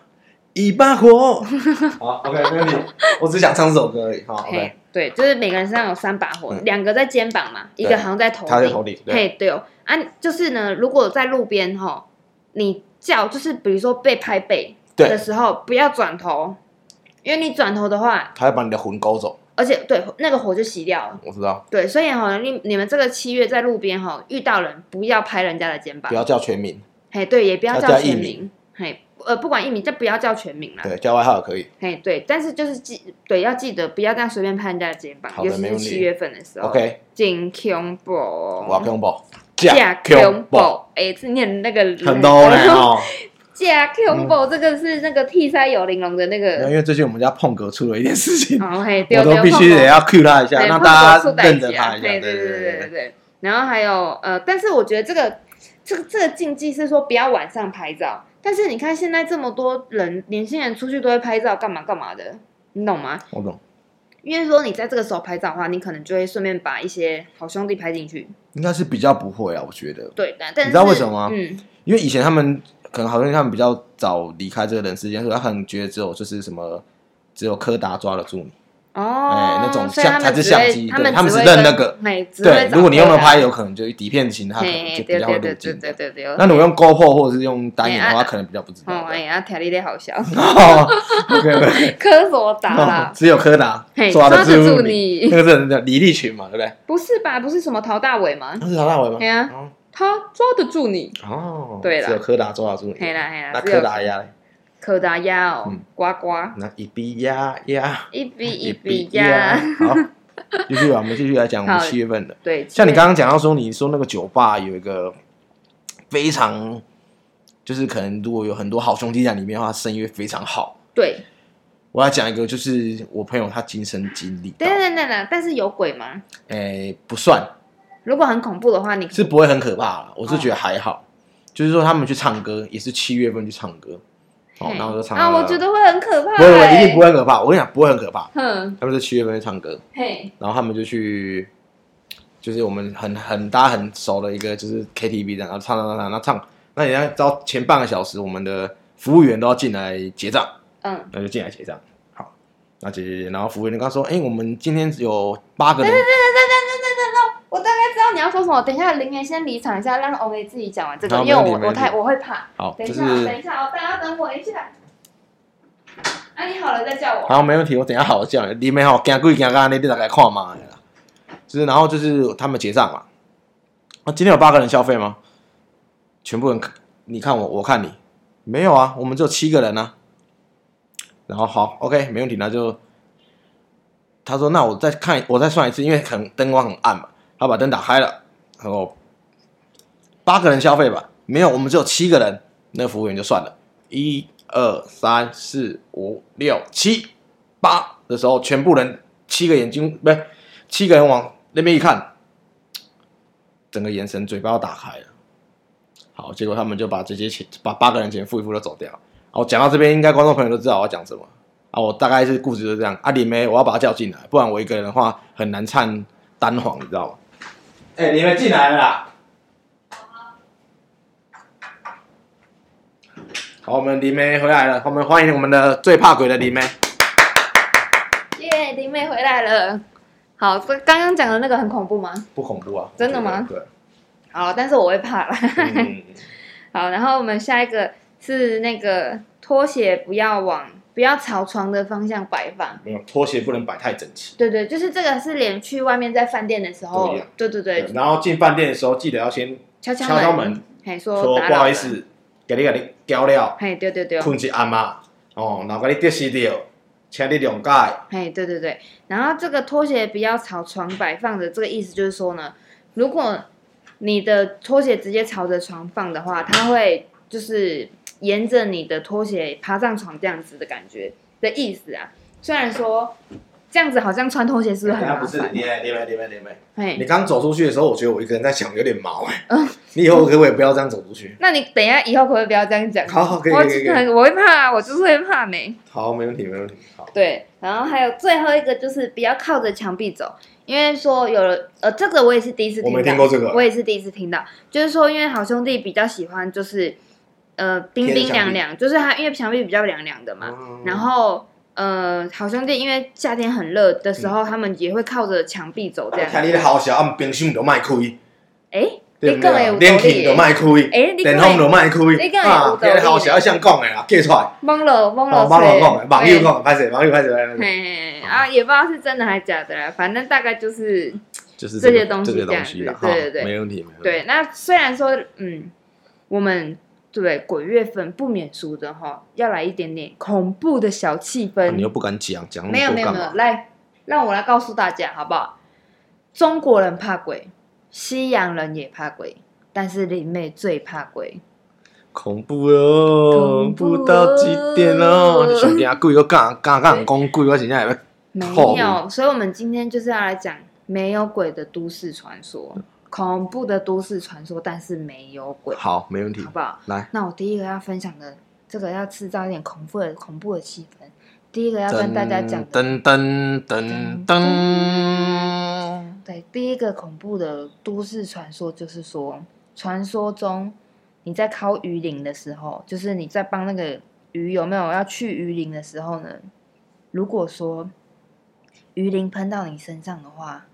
[SPEAKER 1] 一把火。 [laughs] 好，OK，没问题。我只想唱这首歌而已。好，OK。
[SPEAKER 2] 嘿，对，就是每个人身上有三把火，
[SPEAKER 1] 嗯
[SPEAKER 2] 两个在肩膀嘛，一个好像在头
[SPEAKER 1] 他在
[SPEAKER 2] 顶
[SPEAKER 1] 头，顶，对，
[SPEAKER 2] 嘿，对哦，啊，就是呢，如果在路边吼，你叫就是比如说被拍背
[SPEAKER 1] 对
[SPEAKER 2] 的时候，不要转头，因为你转头的话，
[SPEAKER 1] 他会把你的魂勾走。
[SPEAKER 2] 而且对那个火就熄掉了。
[SPEAKER 1] 我知道，
[SPEAKER 2] 对，所以哈，你你们这个七月在路边哈遇到人，不要拍人家的肩膀
[SPEAKER 1] 不，要叫全名，
[SPEAKER 2] 嘿，对，也不要
[SPEAKER 1] 要
[SPEAKER 2] 叫
[SPEAKER 1] 叫
[SPEAKER 2] 全
[SPEAKER 1] 艺
[SPEAKER 2] 名，嘿，呃，不管艺名，但不要叫全名啦，
[SPEAKER 1] 对，叫外号也可以。
[SPEAKER 2] 嘿，对，但是就是记，对，要记得不要这样随便拍人家的肩膀，
[SPEAKER 1] 好
[SPEAKER 2] 尤
[SPEAKER 1] 的
[SPEAKER 2] 其
[SPEAKER 1] 没
[SPEAKER 2] 是
[SPEAKER 1] 问题
[SPEAKER 2] 七月份的时候，
[SPEAKER 1] OK，
[SPEAKER 2] 真恐怖
[SPEAKER 1] 我
[SPEAKER 2] 哦，
[SPEAKER 1] 恐怖，
[SPEAKER 2] 假恐怖
[SPEAKER 1] 怖，，
[SPEAKER 2] 哎，是念那个
[SPEAKER 1] 很多
[SPEAKER 2] [laughs]
[SPEAKER 1] 嘞哦。嗯
[SPEAKER 2] 假恐怖，这个是那个替塞有玲珑的那
[SPEAKER 1] 因
[SPEAKER 2] 个，
[SPEAKER 1] 为最近我们家碰哥出了一点事情，
[SPEAKER 2] 哦嘿，对
[SPEAKER 1] 哎我都
[SPEAKER 2] 对
[SPEAKER 1] 必须
[SPEAKER 2] 碰过
[SPEAKER 1] 得要 cue 他一下，
[SPEAKER 2] 对，
[SPEAKER 1] 啊让
[SPEAKER 2] 碰
[SPEAKER 1] 大
[SPEAKER 2] 手
[SPEAKER 1] 家
[SPEAKER 2] 触在
[SPEAKER 1] 认
[SPEAKER 2] 起
[SPEAKER 1] 得
[SPEAKER 2] 啊
[SPEAKER 1] 他一下。
[SPEAKER 2] 对
[SPEAKER 1] 对对
[SPEAKER 2] 对对对
[SPEAKER 1] 对，
[SPEAKER 2] 对。然后还有呃，但是我觉得这个这个这个禁忌是说不要晚上拍照，但是你看现在这么多人年轻人出去都会拍照，干嘛干嘛的，你懂吗？
[SPEAKER 1] 我懂。
[SPEAKER 2] 因为说你在这个时候拍照的话，你可能就会顺便把一些好兄弟拍进去。
[SPEAKER 1] 应该是比较不会啊，我觉得，
[SPEAKER 2] 对，但但是
[SPEAKER 1] 你知道为什么吗
[SPEAKER 2] 嗯，
[SPEAKER 1] 因为以前他们可能好像他们比较早离开这个人世间，所以他可能觉得只有就是什么，只有柯达抓得住你，
[SPEAKER 2] 哦，
[SPEAKER 1] 哎那种
[SPEAKER 2] 所以他
[SPEAKER 1] 相
[SPEAKER 2] 们
[SPEAKER 1] 才是
[SPEAKER 2] 只会
[SPEAKER 1] 相机
[SPEAKER 2] 他
[SPEAKER 1] 对
[SPEAKER 2] 们
[SPEAKER 1] 他们
[SPEAKER 2] 只
[SPEAKER 1] 只
[SPEAKER 2] 会
[SPEAKER 1] 认
[SPEAKER 2] 跟
[SPEAKER 1] 那个，
[SPEAKER 2] 哎，只会
[SPEAKER 1] 对，
[SPEAKER 2] 找
[SPEAKER 1] 如果你用
[SPEAKER 2] 柯
[SPEAKER 1] 了
[SPEAKER 2] 达
[SPEAKER 1] 拍，有可能就底片型，他可能
[SPEAKER 2] 嘿，
[SPEAKER 1] 就
[SPEAKER 2] 对
[SPEAKER 1] 比较
[SPEAKER 2] 对
[SPEAKER 1] 会
[SPEAKER 2] 对
[SPEAKER 1] 入
[SPEAKER 2] 对
[SPEAKER 1] 镜
[SPEAKER 2] 对
[SPEAKER 1] 的。
[SPEAKER 2] 对对。
[SPEAKER 1] 那如果用 GoPro 或者是用单眼的
[SPEAKER 2] 哎啊
[SPEAKER 1] 话，可能比较不知道
[SPEAKER 2] 哦，哎
[SPEAKER 1] 的。
[SPEAKER 2] 呀，体力得
[SPEAKER 1] [laughs]
[SPEAKER 2] 好笑，
[SPEAKER 1] 哦，OK OK，
[SPEAKER 2] 科索达啦，
[SPEAKER 1] 只有柯达
[SPEAKER 2] 嘿
[SPEAKER 1] 抓得
[SPEAKER 2] 抓得住
[SPEAKER 1] 住
[SPEAKER 2] 你
[SPEAKER 1] 你，那个是叫李立群嘛，对不对？
[SPEAKER 2] 不是吧？不是什么陶大伟吗？
[SPEAKER 1] 那是曹大伟吗？
[SPEAKER 2] 对啊
[SPEAKER 1] 哦
[SPEAKER 2] 他抓得住你。
[SPEAKER 1] 哦，
[SPEAKER 2] 对啦
[SPEAKER 1] 只有柯达抓得住
[SPEAKER 2] 嘿
[SPEAKER 1] 你。
[SPEAKER 2] 啦嘿啦，
[SPEAKER 1] 那
[SPEAKER 2] 只有
[SPEAKER 1] 柯达鸭嘞，
[SPEAKER 2] 柯达鸭哦
[SPEAKER 1] 嗯，
[SPEAKER 2] 呱呱，
[SPEAKER 1] 那一比鸭鸭
[SPEAKER 2] 一比一比
[SPEAKER 1] 哦比
[SPEAKER 2] 鸭。
[SPEAKER 1] 好，继续吧，啊我们继续来讲我们
[SPEAKER 2] 好
[SPEAKER 1] 七月份的。
[SPEAKER 2] 对，
[SPEAKER 1] 像你刚刚讲到说，你说那个酒吧有一个非常，就是可能如果有很多好兄弟在里面的话，生意会非常好。
[SPEAKER 2] 对，
[SPEAKER 1] 我要讲一个，就是我朋友他亲身经历到，
[SPEAKER 2] 等等等等等，但是有鬼吗？
[SPEAKER 1] 诶、不算
[SPEAKER 2] 如果很恐怖的话，你
[SPEAKER 1] 是不会很可怕啦，我是觉得还好。就是说他们去唱歌，也是七月份去唱歌，哦
[SPEAKER 2] 嘿，
[SPEAKER 1] 然后就唱
[SPEAKER 2] 啊，我觉得会很可怕。
[SPEAKER 1] 不会不会，一定不。会很可怕。我跟你讲，不会很可怕。
[SPEAKER 2] 哼，
[SPEAKER 1] 他们是七月份去唱歌，
[SPEAKER 2] 嘿，
[SPEAKER 1] 然后他们就去，就是我们很很大家很熟的一个就是 KTV 的，然后唱唱唱唱，那唱，那你要知道前半个小时我们的服务员都要进来结账，
[SPEAKER 2] 嗯，
[SPEAKER 1] 那就进来结账。好，那结结结，然后服务员就跟他说：“哎、我们今天有八个人，
[SPEAKER 2] 我大概知道你要说什么。等一下，林岩先离场一下，让 OA 自己讲完这个，
[SPEAKER 1] 好
[SPEAKER 2] 因为
[SPEAKER 1] 没
[SPEAKER 2] 我
[SPEAKER 1] 问题没
[SPEAKER 2] 我
[SPEAKER 1] 问题
[SPEAKER 2] 太我会怕。
[SPEAKER 1] 好，
[SPEAKER 2] 等一
[SPEAKER 1] 就
[SPEAKER 2] 下哦，等
[SPEAKER 1] 是
[SPEAKER 2] 一下哦，大家等我一下。啊，你好了再叫我。
[SPEAKER 1] 好，没问题，我等一下好好叫你。你们好，惊鬼惊干你，你大概看嘛啦。就是，然后就是他们结账嘛。啊，今天有八个人消费吗？全部人看，你看我，我看你，没有啊，我们只有七个人啊。然后好，OK，没问题，那就他说，那我再看，我再算一次，因为可能灯光很暗嘛。他把灯打开了，然后八个人消费吧，没有，我们只有七个人。那服务员就算了，一二三四五六七八的时候，全部人七个眼睛不是七个人往那边一看，整个眼神嘴巴都打开了。好，结果他们就把这些钱，把八个人钱付一付就走掉。好，我讲到这边，应该观众朋友都知道我要讲什么啊。我大概是故事就是这样。啊，李梅，我要把她叫进来，不然我一个人的话很难唱单簧，你知道吗？哎、李梅进来了啦。好，我们李梅回来了，我们欢迎我们的最怕鬼的李梅。
[SPEAKER 2] 耶，林妹回来了。好，刚刚刚讲的那个很恐怖吗？
[SPEAKER 1] 不恐怖啊？
[SPEAKER 2] 真的吗
[SPEAKER 1] 对。
[SPEAKER 2] 好，但是我会怕啦。 [laughs]
[SPEAKER 1] 嗯，
[SPEAKER 2] 好，然后我们下一个是那个拖鞋不要往不要朝床的方向摆放。
[SPEAKER 1] 没有拖鞋不能摆太整齐。
[SPEAKER 2] 对对，就是这个是连去外面在饭店的时候
[SPEAKER 1] 都一样，
[SPEAKER 2] 对对对，
[SPEAKER 1] 然后进饭店的时候，记得要先
[SPEAKER 2] 敲敲
[SPEAKER 1] 敲敲门，
[SPEAKER 2] 嘿
[SPEAKER 1] 说
[SPEAKER 2] 说打
[SPEAKER 1] 不
[SPEAKER 2] 扰
[SPEAKER 1] 好
[SPEAKER 2] 了
[SPEAKER 1] 意，思，给你给你交了，
[SPEAKER 2] 嘿对对对，
[SPEAKER 1] 困一暗啊，哦，然后给你得失掉，请你谅解。
[SPEAKER 2] 嘿，对对对，然后这个拖鞋不要朝床摆放着，这个意思就是说呢，如果你的拖鞋直接朝着床放的话，它会就是沿着你的拖鞋爬上床这样子的感觉的意思啊。虽然说这样子好像穿拖鞋是不是很
[SPEAKER 1] 他
[SPEAKER 2] 麻
[SPEAKER 1] 哎不是
[SPEAKER 2] 烦？
[SPEAKER 1] 你妹，你妹，你妹，你妹。你
[SPEAKER 2] 嘿，
[SPEAKER 1] 刚走出去的时候，我觉得我一个人在想，有点毛哎、
[SPEAKER 2] 嗯
[SPEAKER 1] 你以后可不可以不要这样走出去？
[SPEAKER 2] 那你等一下以后可不可以不要这样讲？
[SPEAKER 1] 好好可以
[SPEAKER 2] 我
[SPEAKER 1] 可以可以
[SPEAKER 2] 真的很我会怕，我就是会怕没。
[SPEAKER 1] 好，没问题，没问题。好，
[SPEAKER 2] 对，然后还有最后一个就是不要靠着墙壁走，因为说有了呃，这个我也是第一次听
[SPEAKER 1] 我
[SPEAKER 2] 到，
[SPEAKER 1] 没听过这个
[SPEAKER 2] 我也是第一次听到，就是说因为好兄弟比较喜欢就是呃冰
[SPEAKER 1] 贴着
[SPEAKER 2] 冰
[SPEAKER 1] 墙壁
[SPEAKER 2] 凉凉，就是他因为墙壁比较凉凉的嘛，
[SPEAKER 1] 嗯
[SPEAKER 2] 然后呃好兄弟因为夏天很热的时候，他们也会靠着墙壁走这样，
[SPEAKER 1] 听你的好笑，啊，冰箱就卖开，
[SPEAKER 2] 哎
[SPEAKER 1] 对
[SPEAKER 2] 你
[SPEAKER 1] 不
[SPEAKER 2] 讲的
[SPEAKER 1] 对？
[SPEAKER 2] 有道理耶
[SPEAKER 1] 冷气就卖开，
[SPEAKER 2] 哎，你
[SPEAKER 1] 电风就
[SPEAKER 2] 看
[SPEAKER 1] 卖开
[SPEAKER 2] 你讲，的有
[SPEAKER 1] 啊，
[SPEAKER 2] 道
[SPEAKER 1] 你
[SPEAKER 2] 理
[SPEAKER 1] 的好笑，像讲的啦，记出来。
[SPEAKER 2] 懵了懵
[SPEAKER 1] 哦，
[SPEAKER 2] 了，
[SPEAKER 1] 网
[SPEAKER 2] 所
[SPEAKER 1] 友
[SPEAKER 2] 以
[SPEAKER 1] 讲的，网友
[SPEAKER 2] 对
[SPEAKER 1] 讲的，拍谁？网友拍谁？
[SPEAKER 2] 嘿啊，也不知道是真的还是假的啦，反正大概就是
[SPEAKER 1] 就是
[SPEAKER 2] 这些东西这样子对对对
[SPEAKER 1] 没问题，没问题。
[SPEAKER 2] 对，那虽然说，嗯，我们对鬼月份不免俗的哈，要来一点点恐怖的小气氛。
[SPEAKER 1] 啊你又不敢讲，讲
[SPEAKER 2] 没
[SPEAKER 1] 那
[SPEAKER 2] 有
[SPEAKER 1] 么
[SPEAKER 2] 没
[SPEAKER 1] 多干
[SPEAKER 2] 有没有，
[SPEAKER 1] 嘛？
[SPEAKER 2] 来，让我来告诉大家好不好？中国人怕鬼，西洋人也怕鬼，但是林妹最怕鬼。
[SPEAKER 1] 恐怖哦，
[SPEAKER 2] 恐怖
[SPEAKER 1] 不到几点哦？你想听鬼，我敢敢敢讲鬼，我真正会
[SPEAKER 2] 没
[SPEAKER 1] 恐
[SPEAKER 2] 有，所以我们今天就是要来讲没有鬼的都市传说，恐怖的都市传说，但是没有鬼，好
[SPEAKER 1] 好，没问题。
[SPEAKER 2] 不好？
[SPEAKER 1] 来，
[SPEAKER 2] 那我第一个要分享的，这个要制造一点恐怖的恐怖的气氛。第一个要
[SPEAKER 1] 噔
[SPEAKER 2] 跟大家讲的，
[SPEAKER 1] 噔噔噔
[SPEAKER 2] 噔
[SPEAKER 1] 噔，
[SPEAKER 2] 对，第一个恐怖的都市传说就是说，传说中你在敲鱼鳞的时候，就是你在帮那个鱼有没有要去鱼鳞的时候呢？如果说鱼鳞喷到你身上的话，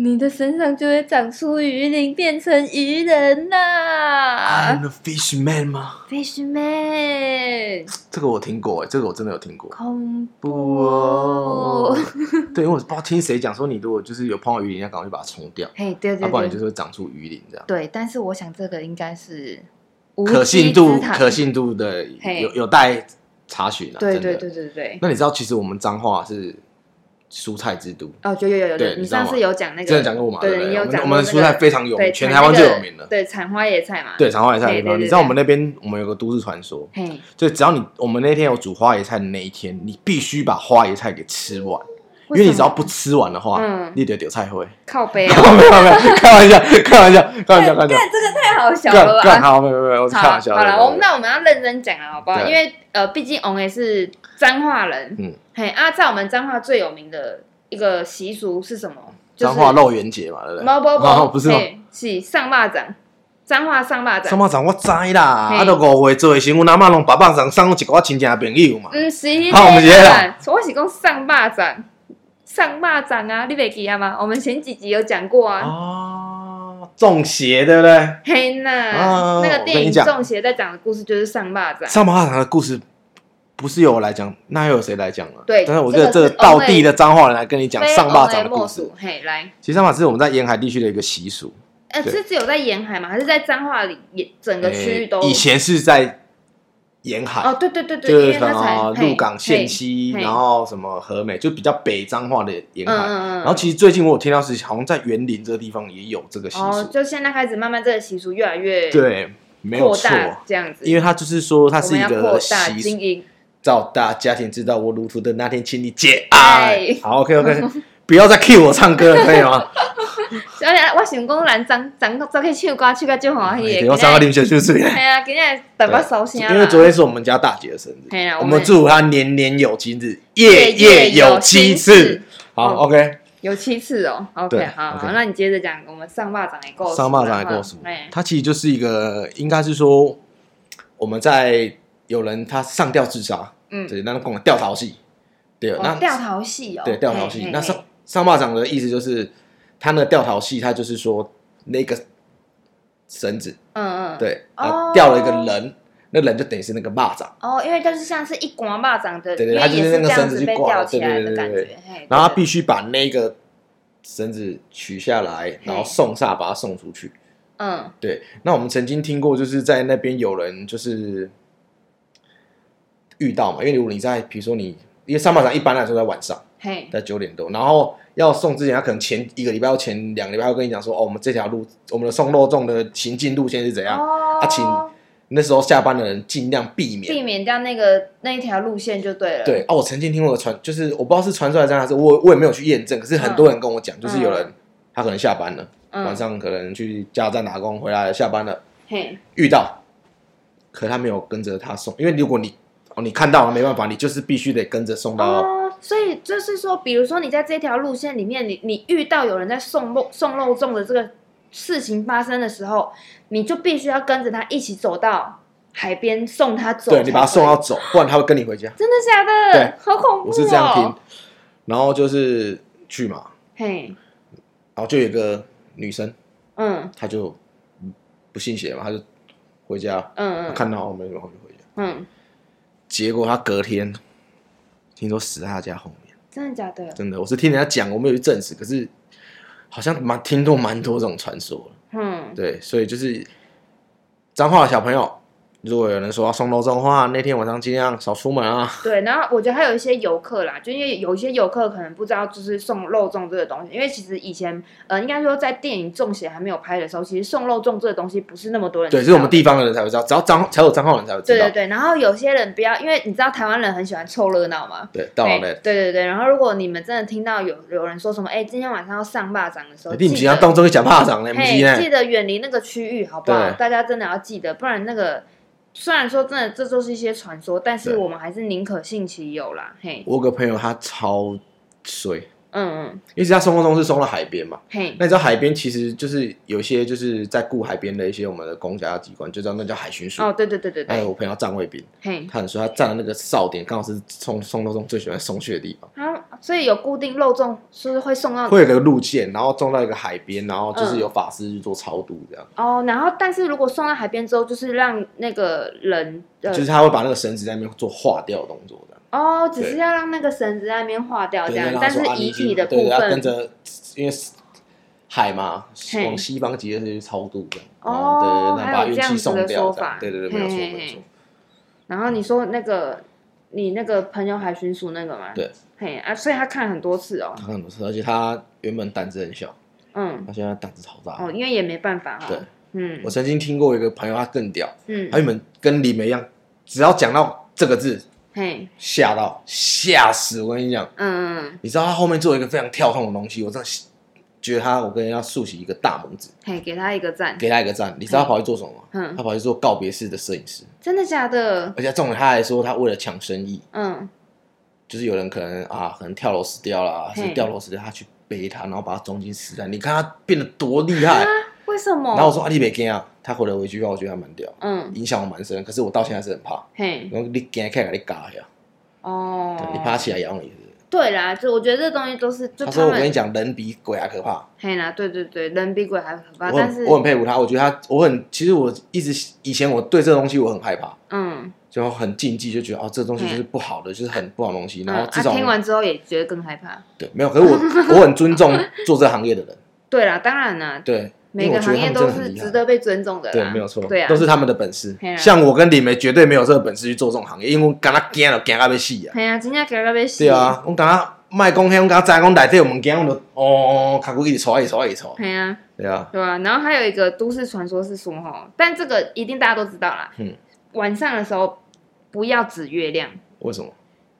[SPEAKER 2] 你的身上就会长出鱼鳞，变成鱼人啦、
[SPEAKER 1] I'm a fish man 吗？
[SPEAKER 2] Fish Man，
[SPEAKER 1] 这个我听过，哎，这个我真的有听过。
[SPEAKER 2] 恐
[SPEAKER 1] 不哦，
[SPEAKER 2] [laughs]
[SPEAKER 1] 对，因为我不知道听谁讲说，你如果就是有碰到鱼鳞，要赶快去把它冲掉，
[SPEAKER 2] 嘿，对
[SPEAKER 1] 要
[SPEAKER 2] 对
[SPEAKER 1] 啊不
[SPEAKER 2] 对，
[SPEAKER 1] 然你就是会长出鱼鳞这样。
[SPEAKER 2] 对，但是我想这个应该是无
[SPEAKER 1] 可
[SPEAKER 2] 稽
[SPEAKER 1] 信度
[SPEAKER 2] 之谈
[SPEAKER 1] 可，信度的
[SPEAKER 2] 嘿
[SPEAKER 1] 有有待查询啊。
[SPEAKER 2] 对
[SPEAKER 1] 真的
[SPEAKER 2] 对对。对对。
[SPEAKER 1] 那你知道其实我们彰化是蔬菜之都，
[SPEAKER 2] 哦，有有有有，
[SPEAKER 1] 对
[SPEAKER 2] 你
[SPEAKER 1] 你知道
[SPEAKER 2] 上
[SPEAKER 1] 吗
[SPEAKER 2] 次有讲那个，
[SPEAKER 1] 真的讲过嘛？
[SPEAKER 2] 对
[SPEAKER 1] 不
[SPEAKER 2] 你有
[SPEAKER 1] 我们
[SPEAKER 2] 讲
[SPEAKER 1] 我
[SPEAKER 2] 过
[SPEAKER 1] 们
[SPEAKER 2] 那
[SPEAKER 1] 蔬菜
[SPEAKER 2] 个
[SPEAKER 1] 非常有名，
[SPEAKER 2] 对
[SPEAKER 1] 全
[SPEAKER 2] 产
[SPEAKER 1] 台湾
[SPEAKER 2] 那
[SPEAKER 1] 最
[SPEAKER 2] 个
[SPEAKER 1] 有名的。
[SPEAKER 2] 对，产花野菜嘛，，
[SPEAKER 1] 对，长花野菜
[SPEAKER 2] 对
[SPEAKER 1] 地方，
[SPEAKER 2] 对对
[SPEAKER 1] 你知道我
[SPEAKER 2] 对
[SPEAKER 1] 们那边我们有个都市传说，
[SPEAKER 2] 嘿，
[SPEAKER 1] 就只要你我们那天有煮花椰菜的那一天，你必须把花椰菜给吃完，因为
[SPEAKER 2] 什
[SPEAKER 1] 你只要
[SPEAKER 2] 么
[SPEAKER 1] 不吃完的话，
[SPEAKER 2] 嗯
[SPEAKER 1] 你得丢菜会。
[SPEAKER 2] 靠
[SPEAKER 1] [laughs]
[SPEAKER 2] 背
[SPEAKER 1] 没
[SPEAKER 2] 啊，
[SPEAKER 1] 有没有没有，开
[SPEAKER 2] [laughs]
[SPEAKER 1] 玩笑，开玩笑，开玩笑，开玩笑，
[SPEAKER 2] 干这个太好笑了
[SPEAKER 1] 干干
[SPEAKER 2] 吧？
[SPEAKER 1] 好，没有没有没有，我是
[SPEAKER 2] 好
[SPEAKER 1] 开
[SPEAKER 2] 啦
[SPEAKER 1] 玩笑的。
[SPEAKER 2] 好了，我们
[SPEAKER 1] 对
[SPEAKER 2] 那我们要认真讲了，好不好？
[SPEAKER 1] 对
[SPEAKER 2] 因为呃，毕竟 on 也是彰化人，
[SPEAKER 1] 嗯，
[SPEAKER 2] 嘿啊，在我们彰化最有名的一个习俗是什么？就
[SPEAKER 1] 彰
[SPEAKER 2] 是
[SPEAKER 1] 化肉圆节嘛，对不对？
[SPEAKER 2] 猫包
[SPEAKER 1] [laughs] 啊
[SPEAKER 2] 包
[SPEAKER 1] 不是吗？
[SPEAKER 2] 嘿是上巴掌，彰化上巴
[SPEAKER 1] 上
[SPEAKER 2] 掌，
[SPEAKER 1] 巴掌我知啦，
[SPEAKER 2] 嘿
[SPEAKER 1] 啊，都五岁做的时候，阮阿嬷拢把巴掌送我一寡亲戚朋友嘛。
[SPEAKER 2] 嗯，是那个
[SPEAKER 1] 好
[SPEAKER 2] 啦
[SPEAKER 1] 我们直接来
[SPEAKER 2] 我是讲上巴掌，上巴掌啊，你袂记啊吗？我们前几集有讲过啊，
[SPEAKER 1] 哦，中邪对不对？
[SPEAKER 2] 嘿呐，
[SPEAKER 1] 啊
[SPEAKER 2] 那个
[SPEAKER 1] 我
[SPEAKER 2] 电
[SPEAKER 1] 跟
[SPEAKER 2] 影
[SPEAKER 1] 你
[SPEAKER 2] 《
[SPEAKER 1] 讲
[SPEAKER 2] 中邪》在讲的故事就是上巴掌，
[SPEAKER 1] 上巴掌的故事不是由我来讲，那又有谁来讲啊？
[SPEAKER 2] 对
[SPEAKER 1] 但是我觉得
[SPEAKER 2] 这
[SPEAKER 1] 这
[SPEAKER 2] 个
[SPEAKER 1] 个
[SPEAKER 2] 是
[SPEAKER 1] 道地的彰化人来跟你讲
[SPEAKER 2] 非
[SPEAKER 1] 上巴掌的
[SPEAKER 2] 欧美
[SPEAKER 1] 故
[SPEAKER 2] 莫
[SPEAKER 1] 事
[SPEAKER 2] 属。。嘿，来，
[SPEAKER 1] 其实上巴掌是我们在沿海地区的一个习俗，
[SPEAKER 2] 呃，
[SPEAKER 1] 对
[SPEAKER 2] 是只有在沿海吗？还是在彰化里也整个区域都？
[SPEAKER 1] 欸诶以前是在沿海。
[SPEAKER 2] 哦，对对对对，
[SPEAKER 1] 就是
[SPEAKER 2] 因为
[SPEAKER 1] 什
[SPEAKER 2] 它才
[SPEAKER 1] 么
[SPEAKER 2] 嘿
[SPEAKER 1] 鹿港、县西，
[SPEAKER 2] 嘿
[SPEAKER 1] 然后什么和美，就比较北彰化的沿
[SPEAKER 2] 嘿
[SPEAKER 1] 海。
[SPEAKER 2] 嗯嗯嗯，
[SPEAKER 1] 然后其实最近我有听到是，好像在园林这个地方也有这个习
[SPEAKER 2] 哦，
[SPEAKER 1] 俗。
[SPEAKER 2] 就现在开始慢慢这个习俗越来越
[SPEAKER 1] 对，没有
[SPEAKER 2] 扩
[SPEAKER 1] 错，
[SPEAKER 2] 大这样子，
[SPEAKER 1] 因为它就是说它是一
[SPEAKER 2] 我们要扩
[SPEAKER 1] 个
[SPEAKER 2] 大
[SPEAKER 1] 习
[SPEAKER 2] 经
[SPEAKER 1] 俗，
[SPEAKER 2] 营，
[SPEAKER 1] 照大家庭知道我如图的那天，请你节哀
[SPEAKER 2] 哎。
[SPEAKER 1] 好，OK
[SPEAKER 2] [laughs]
[SPEAKER 1] OK，不要再 cue 我唱歌了，可以吗？
[SPEAKER 2] 而且哎我想讲，咱张张张去唱歌，唱个就欢喜的。
[SPEAKER 1] 哎我上个林雪就是。
[SPEAKER 2] 系啊，今天等我收声啦。
[SPEAKER 1] 因为昨天是我们家大姐的生日，
[SPEAKER 2] 嘿啦，
[SPEAKER 1] 我
[SPEAKER 2] 我
[SPEAKER 1] 们
[SPEAKER 2] 们
[SPEAKER 1] 祝她年年有今日，夜夜有七次。
[SPEAKER 2] 嗯
[SPEAKER 1] 好，OK，
[SPEAKER 2] 有七次哦。OK，
[SPEAKER 1] 对
[SPEAKER 2] 好，好，
[SPEAKER 1] OK
[SPEAKER 2] 那你接着讲，我们上巴掌也够，
[SPEAKER 1] 上巴掌来告诉我
[SPEAKER 2] 哎，，
[SPEAKER 1] 它其实就是一个，应该是说我们在有人他上吊自杀，
[SPEAKER 2] 嗯，
[SPEAKER 1] 对，那种吊逃戏，对，
[SPEAKER 2] 哦
[SPEAKER 1] 那
[SPEAKER 2] 吊桃戏哦，
[SPEAKER 1] 对吊逃
[SPEAKER 2] 嘿
[SPEAKER 1] 戏
[SPEAKER 2] 嘿。
[SPEAKER 1] 那
[SPEAKER 2] 嘿
[SPEAKER 1] 上上巴掌的意思就是，他那个吊逃戏，他就是说那个绳子，
[SPEAKER 2] 嗯嗯，
[SPEAKER 1] 对，然
[SPEAKER 2] 哦
[SPEAKER 1] 后吊了一个人，那人就等于是那个蚂蚱，
[SPEAKER 2] 哦，因为就是像是一刮巴掌的，
[SPEAKER 1] 对对
[SPEAKER 2] 因为
[SPEAKER 1] 它就是
[SPEAKER 2] 也
[SPEAKER 1] 那个
[SPEAKER 2] 这样
[SPEAKER 1] 绳子
[SPEAKER 2] 子
[SPEAKER 1] 去
[SPEAKER 2] 被
[SPEAKER 1] 挂
[SPEAKER 2] 吊
[SPEAKER 1] 的
[SPEAKER 2] 起来的
[SPEAKER 1] 对对对
[SPEAKER 2] 感
[SPEAKER 1] 对
[SPEAKER 2] 觉，嘿
[SPEAKER 1] 然后他
[SPEAKER 2] 对
[SPEAKER 1] 必须把那个绳子取下来，然后送煞把它送出去。
[SPEAKER 2] 嗯
[SPEAKER 1] 对，那我们曾经听过，就是在那边有人就是遇到嘛，因为如果你在，比如说你因为上半场一般来说在晚上，
[SPEAKER 2] 嘿，
[SPEAKER 1] 在九点多，然后要送之前，他可能前一个礼拜或前两个礼拜会跟你讲说，哦，我们这条路，我们的送肉粽的行进路线是怎样。
[SPEAKER 2] 哦，
[SPEAKER 1] 啊请那时候下班的人尽量避免。
[SPEAKER 2] 避免掉那个那一条路线就对了。
[SPEAKER 1] 对，哦，我曾经听过传，就是我不知道是传出来这样还是我我也没有去验证，可是很多人跟我讲，就是有人、他可能下班了，
[SPEAKER 2] 嗯，
[SPEAKER 1] 晚上可能去加油站打工，回来下班了
[SPEAKER 2] 嘿，
[SPEAKER 1] 遇到，可他没有跟着他送，因为如果你哦你看到了没办法，你就是必须得跟着送到。
[SPEAKER 2] 哦，所以就是说，比如说你在这条路线里面，你你遇到有人在送肉送肉粽的这个事情发生的时候，你就必须要跟着他一起走到海边送他走才啊可
[SPEAKER 1] 对
[SPEAKER 2] 以，
[SPEAKER 1] 你把他送到走，不然他会跟你回家。
[SPEAKER 2] 真的假的？
[SPEAKER 1] 对，
[SPEAKER 2] 好恐怖、哦！
[SPEAKER 1] 我是这样听，然后就是去嘛，
[SPEAKER 2] 嘿，
[SPEAKER 1] 然后就有一个女生，
[SPEAKER 2] 嗯
[SPEAKER 1] 她就不信邪嘛，她就回家，
[SPEAKER 2] 嗯
[SPEAKER 1] 她
[SPEAKER 2] 嗯
[SPEAKER 1] 看到我们然后就回家。
[SPEAKER 2] 嗯，
[SPEAKER 1] 结果她隔天听说死在她家后面，
[SPEAKER 2] 真的假的？
[SPEAKER 1] 真的，我是听人家讲，我没有去证实，可是好像蛮听过蛮多这种传说了
[SPEAKER 2] 嗯，
[SPEAKER 1] 对，所以就是彰化的小朋友，如果有人说要送肉粽的话，那天晚上尽量少出门啊。
[SPEAKER 2] 对。然后我觉得还有一些游客啦，就因为有一些游客可能不知道，就是送肉粽这个东西，因为其实以前呃，应该说在电影《中邪》还没有拍的时候，其实送肉粽这个东西不是那么多人知道
[SPEAKER 1] 对，
[SPEAKER 2] 的
[SPEAKER 1] 是我们地方的人才会知道，只要彰才有彰化人才会知
[SPEAKER 2] 对
[SPEAKER 1] 道
[SPEAKER 2] 对。对，然后有些人不要，因为你知道台湾人很喜欢凑热闹嘛。
[SPEAKER 1] 对，到了
[SPEAKER 2] 对
[SPEAKER 1] 嘞。
[SPEAKER 2] 对对对，然后如果你们真的听到有有人说什么，哎，今天晚上要上霸掌的时候，
[SPEAKER 1] 你
[SPEAKER 2] 记
[SPEAKER 1] 唔
[SPEAKER 2] 得
[SPEAKER 1] 是要当中去假巴掌嘞，唔
[SPEAKER 2] 嘿
[SPEAKER 1] 是，
[SPEAKER 2] 记
[SPEAKER 1] 呢？
[SPEAKER 2] 得远离那个区域，好不好？
[SPEAKER 1] 对
[SPEAKER 2] 大家真的要记得，不然那个虽然说真的这都是一些传说，但是
[SPEAKER 1] 对
[SPEAKER 2] 我们还是宁可信其有啦。嘿，
[SPEAKER 1] 我有个朋友他超衰，
[SPEAKER 2] 嗯嗯，
[SPEAKER 1] 因为他送货中是送到海边嘛。
[SPEAKER 2] 嘿，
[SPEAKER 1] 那你知道海边其实就是有些就是在顾海边的一些我们的公家机关，就知道那叫海巡署。
[SPEAKER 2] 哦，对对对对
[SPEAKER 1] 还有
[SPEAKER 2] 对，
[SPEAKER 1] 我朋友站卫兵，
[SPEAKER 2] 嘿，
[SPEAKER 1] 他很说他站的那个哨点刚好是送送肉粽最喜欢送去的地方，
[SPEAKER 2] 啊，所以有固定肉粽是不是会送到
[SPEAKER 1] 会有个路线，然后送到一个海边，然后
[SPEAKER 2] 嗯
[SPEAKER 1] 就是有法师去做超度这样，
[SPEAKER 2] 哦，然后但是如果送到海边之后，就是让那个人呃
[SPEAKER 1] 就是他会把那个绳子在那边做化掉的动作这样。
[SPEAKER 2] 哦，只
[SPEAKER 1] 对
[SPEAKER 2] 是要让那个绳子在那边化掉这
[SPEAKER 1] 对，
[SPEAKER 2] 样
[SPEAKER 1] 让，他
[SPEAKER 2] 但
[SPEAKER 1] 说
[SPEAKER 2] 是
[SPEAKER 1] 啊你
[SPEAKER 2] 遗
[SPEAKER 1] 已经
[SPEAKER 2] 体的
[SPEAKER 1] 对
[SPEAKER 2] 部
[SPEAKER 1] 要跟
[SPEAKER 2] 分
[SPEAKER 1] 着，因为海嘛，
[SPEAKER 2] 嘿
[SPEAKER 1] 往西方极乐世界去超度的，
[SPEAKER 2] 哦
[SPEAKER 1] 然后对，让
[SPEAKER 2] 还
[SPEAKER 1] 把
[SPEAKER 2] 有
[SPEAKER 1] 运
[SPEAKER 2] 这样
[SPEAKER 1] 气
[SPEAKER 2] 子的
[SPEAKER 1] 送掉，
[SPEAKER 2] 说
[SPEAKER 1] 这样
[SPEAKER 2] 法
[SPEAKER 1] 对对对，没有错，
[SPEAKER 2] 嘿嘿
[SPEAKER 1] 没有错
[SPEAKER 2] 嘿。然后你说那个你那个朋友海巡署那个吗？
[SPEAKER 1] 对，
[SPEAKER 2] 嘿啊，所以他看很多次哦，
[SPEAKER 1] 他很不错，而且他原本胆子很小，
[SPEAKER 2] 嗯，
[SPEAKER 1] 他现在胆子超大。
[SPEAKER 2] 哦，因为也没办法哈，
[SPEAKER 1] 啊对，
[SPEAKER 2] 嗯
[SPEAKER 1] 我曾经听过一个朋友，他更屌，
[SPEAKER 2] 嗯
[SPEAKER 1] 他，原本跟李梅一样，只要讲到这个字，
[SPEAKER 2] 嘿，
[SPEAKER 1] 吓到吓死。我跟你讲，
[SPEAKER 2] 嗯嗯，
[SPEAKER 1] 你知道他后面做一个非常跳痛的东西，我真的觉得他，我跟人家竖起一个大拇指，
[SPEAKER 2] 嘿，给他一个赞，
[SPEAKER 1] 给他一个赞。你知道他跑去做什么吗？
[SPEAKER 2] 嗯
[SPEAKER 1] 他，跑去做告别式的摄影师。
[SPEAKER 2] 真的假的？
[SPEAKER 1] 而且重点他还说，他为了抢生意，
[SPEAKER 2] 嗯，
[SPEAKER 1] 就是有人可能啊，可能跳楼死掉了，
[SPEAKER 2] 嘿
[SPEAKER 1] 是掉楼死掉，他去背他，然后把他装进尸袋。你看他变得多厉
[SPEAKER 2] [laughs]
[SPEAKER 1] 害。
[SPEAKER 2] 为什么？
[SPEAKER 1] 然后我说阿你别惊啊，他回了我一句话，我觉得还蛮屌，
[SPEAKER 2] 嗯，
[SPEAKER 1] 影响我蛮深。可是我到现在还是很怕。
[SPEAKER 2] 嘿，
[SPEAKER 1] 然后你惊看给你嘎呀，
[SPEAKER 2] 哦
[SPEAKER 1] 对，你爬起来咬你是不是。
[SPEAKER 2] 对啦，就我觉得这东西都是，就
[SPEAKER 1] 他
[SPEAKER 2] 他
[SPEAKER 1] 说我跟你
[SPEAKER 2] 们，
[SPEAKER 1] 讲，人比鬼还可怕。
[SPEAKER 2] 嘿啦，对对对，人比鬼还可
[SPEAKER 1] 我
[SPEAKER 2] 怕，啊但是
[SPEAKER 1] 很，我很佩服他，我觉得他我很其实我一直以前我对这东西我很害怕，
[SPEAKER 2] 嗯，
[SPEAKER 1] 就很禁忌，就觉得哦这东西就是不好的，就是很不好的东西。然
[SPEAKER 2] 嗯
[SPEAKER 1] 后至
[SPEAKER 2] 啊，
[SPEAKER 1] 少
[SPEAKER 2] 听完之后也觉得更害怕。
[SPEAKER 1] 对没有，可是我我很尊重做这行业的人。
[SPEAKER 2] 对啦，当然啦，
[SPEAKER 1] 对，
[SPEAKER 2] 每
[SPEAKER 1] 因为
[SPEAKER 2] 个
[SPEAKER 1] 我觉
[SPEAKER 2] 行
[SPEAKER 1] 得他们真
[SPEAKER 2] 业都
[SPEAKER 1] 的很
[SPEAKER 2] 是
[SPEAKER 1] 厉
[SPEAKER 2] 值
[SPEAKER 1] 害。
[SPEAKER 2] 得被尊重的啦。
[SPEAKER 1] 对，没有错，
[SPEAKER 2] 对啊，
[SPEAKER 1] 都是他们的本事
[SPEAKER 2] 嘿啊。
[SPEAKER 1] 像我跟李梅绝对没有这个本事去做这种行业，因为我刚刚惊了，惊到被死啊！
[SPEAKER 2] 嘿啊，真正给到被死。
[SPEAKER 1] 对，啊，我刚刚卖讲迄，我刚知讲内底有物件，我就哦，卡骨一直戳，一直戳，一直戳。
[SPEAKER 2] 嘿啊，
[SPEAKER 1] 对啊，
[SPEAKER 2] 对啊。然后还有一个都市传说是说吼，但这个一定大家都知道啦。
[SPEAKER 1] 嗯。
[SPEAKER 2] 晚上的时候不要指月亮，
[SPEAKER 1] 为什么？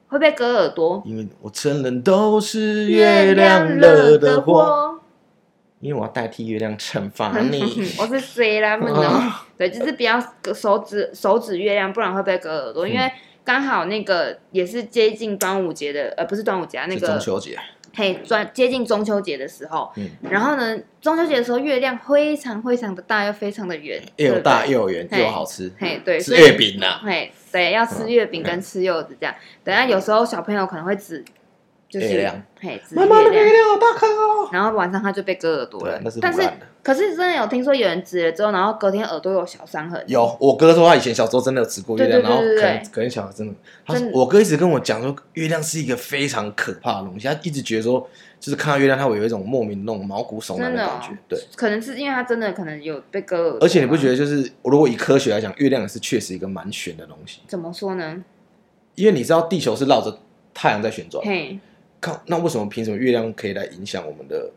[SPEAKER 2] 会被割耳朵。
[SPEAKER 1] 因为我承认都是月亮惹的祸，。因为我要代替月亮惩
[SPEAKER 2] [laughs]
[SPEAKER 1] 罚你。
[SPEAKER 2] 我是谁啦？不能。
[SPEAKER 1] 啊
[SPEAKER 2] 对，就是不要手指手指月亮，不然会被割耳朵。因
[SPEAKER 1] 嗯
[SPEAKER 2] 为刚好那个也是接近端午节的，呃，不是端午节啊，那
[SPEAKER 1] 是
[SPEAKER 2] 个
[SPEAKER 1] 中秋节，
[SPEAKER 2] 嘿，转接近中秋节的时候，
[SPEAKER 1] 嗯
[SPEAKER 2] 然后呢，中秋节的时候月亮非常非常的大，又非常的圆，对
[SPEAKER 1] 又
[SPEAKER 2] 不
[SPEAKER 1] 大
[SPEAKER 2] 对
[SPEAKER 1] 又圆
[SPEAKER 2] 嘿
[SPEAKER 1] 又好吃，
[SPEAKER 2] 嘿，对，
[SPEAKER 1] 吃
[SPEAKER 2] 所以
[SPEAKER 1] 月饼呐。
[SPEAKER 2] 嘿，对，要吃月饼跟吃柚子这样。等下有时候小朋友可能会指，就是
[SPEAKER 1] 月亮
[SPEAKER 2] 嘿，指
[SPEAKER 1] 妈妈，那
[SPEAKER 2] 月
[SPEAKER 1] 个月
[SPEAKER 2] 亮，
[SPEAKER 1] 亮好大颗哦。
[SPEAKER 2] 然后晚上他就被割耳朵了
[SPEAKER 1] 对，那是
[SPEAKER 2] 但
[SPEAKER 1] 胡
[SPEAKER 2] 是
[SPEAKER 1] 乱的。
[SPEAKER 2] 可是真的有听说有人指了之后，然后隔天耳朵有小伤痕，
[SPEAKER 1] 有，我哥说他以前小时候真的有吃过月亮，
[SPEAKER 2] 对对对
[SPEAKER 1] 然后可
[SPEAKER 2] 对
[SPEAKER 1] 能
[SPEAKER 2] 对
[SPEAKER 1] 可能小孩真的，他说
[SPEAKER 2] 真的
[SPEAKER 1] 我哥一直跟我讲说，月亮是一个非常可怕的东西，他一直觉得说，就是看到月亮，他会有一种莫名的那种毛骨悚然
[SPEAKER 2] 真
[SPEAKER 1] 的
[SPEAKER 2] 的
[SPEAKER 1] 感
[SPEAKER 2] 哦
[SPEAKER 1] 觉。对，
[SPEAKER 2] 可能是因为他真的可能有被割耳朵，
[SPEAKER 1] 而且你不觉得就是，如果以科学来讲，月亮也是确实一个蛮玄的东西，
[SPEAKER 2] 怎么说呢？
[SPEAKER 1] 因为你知道地球是绕着太阳在旋转，
[SPEAKER 2] 嘿， [laughs]
[SPEAKER 1] 靠，那为什么凭什么月亮可以来影响我们的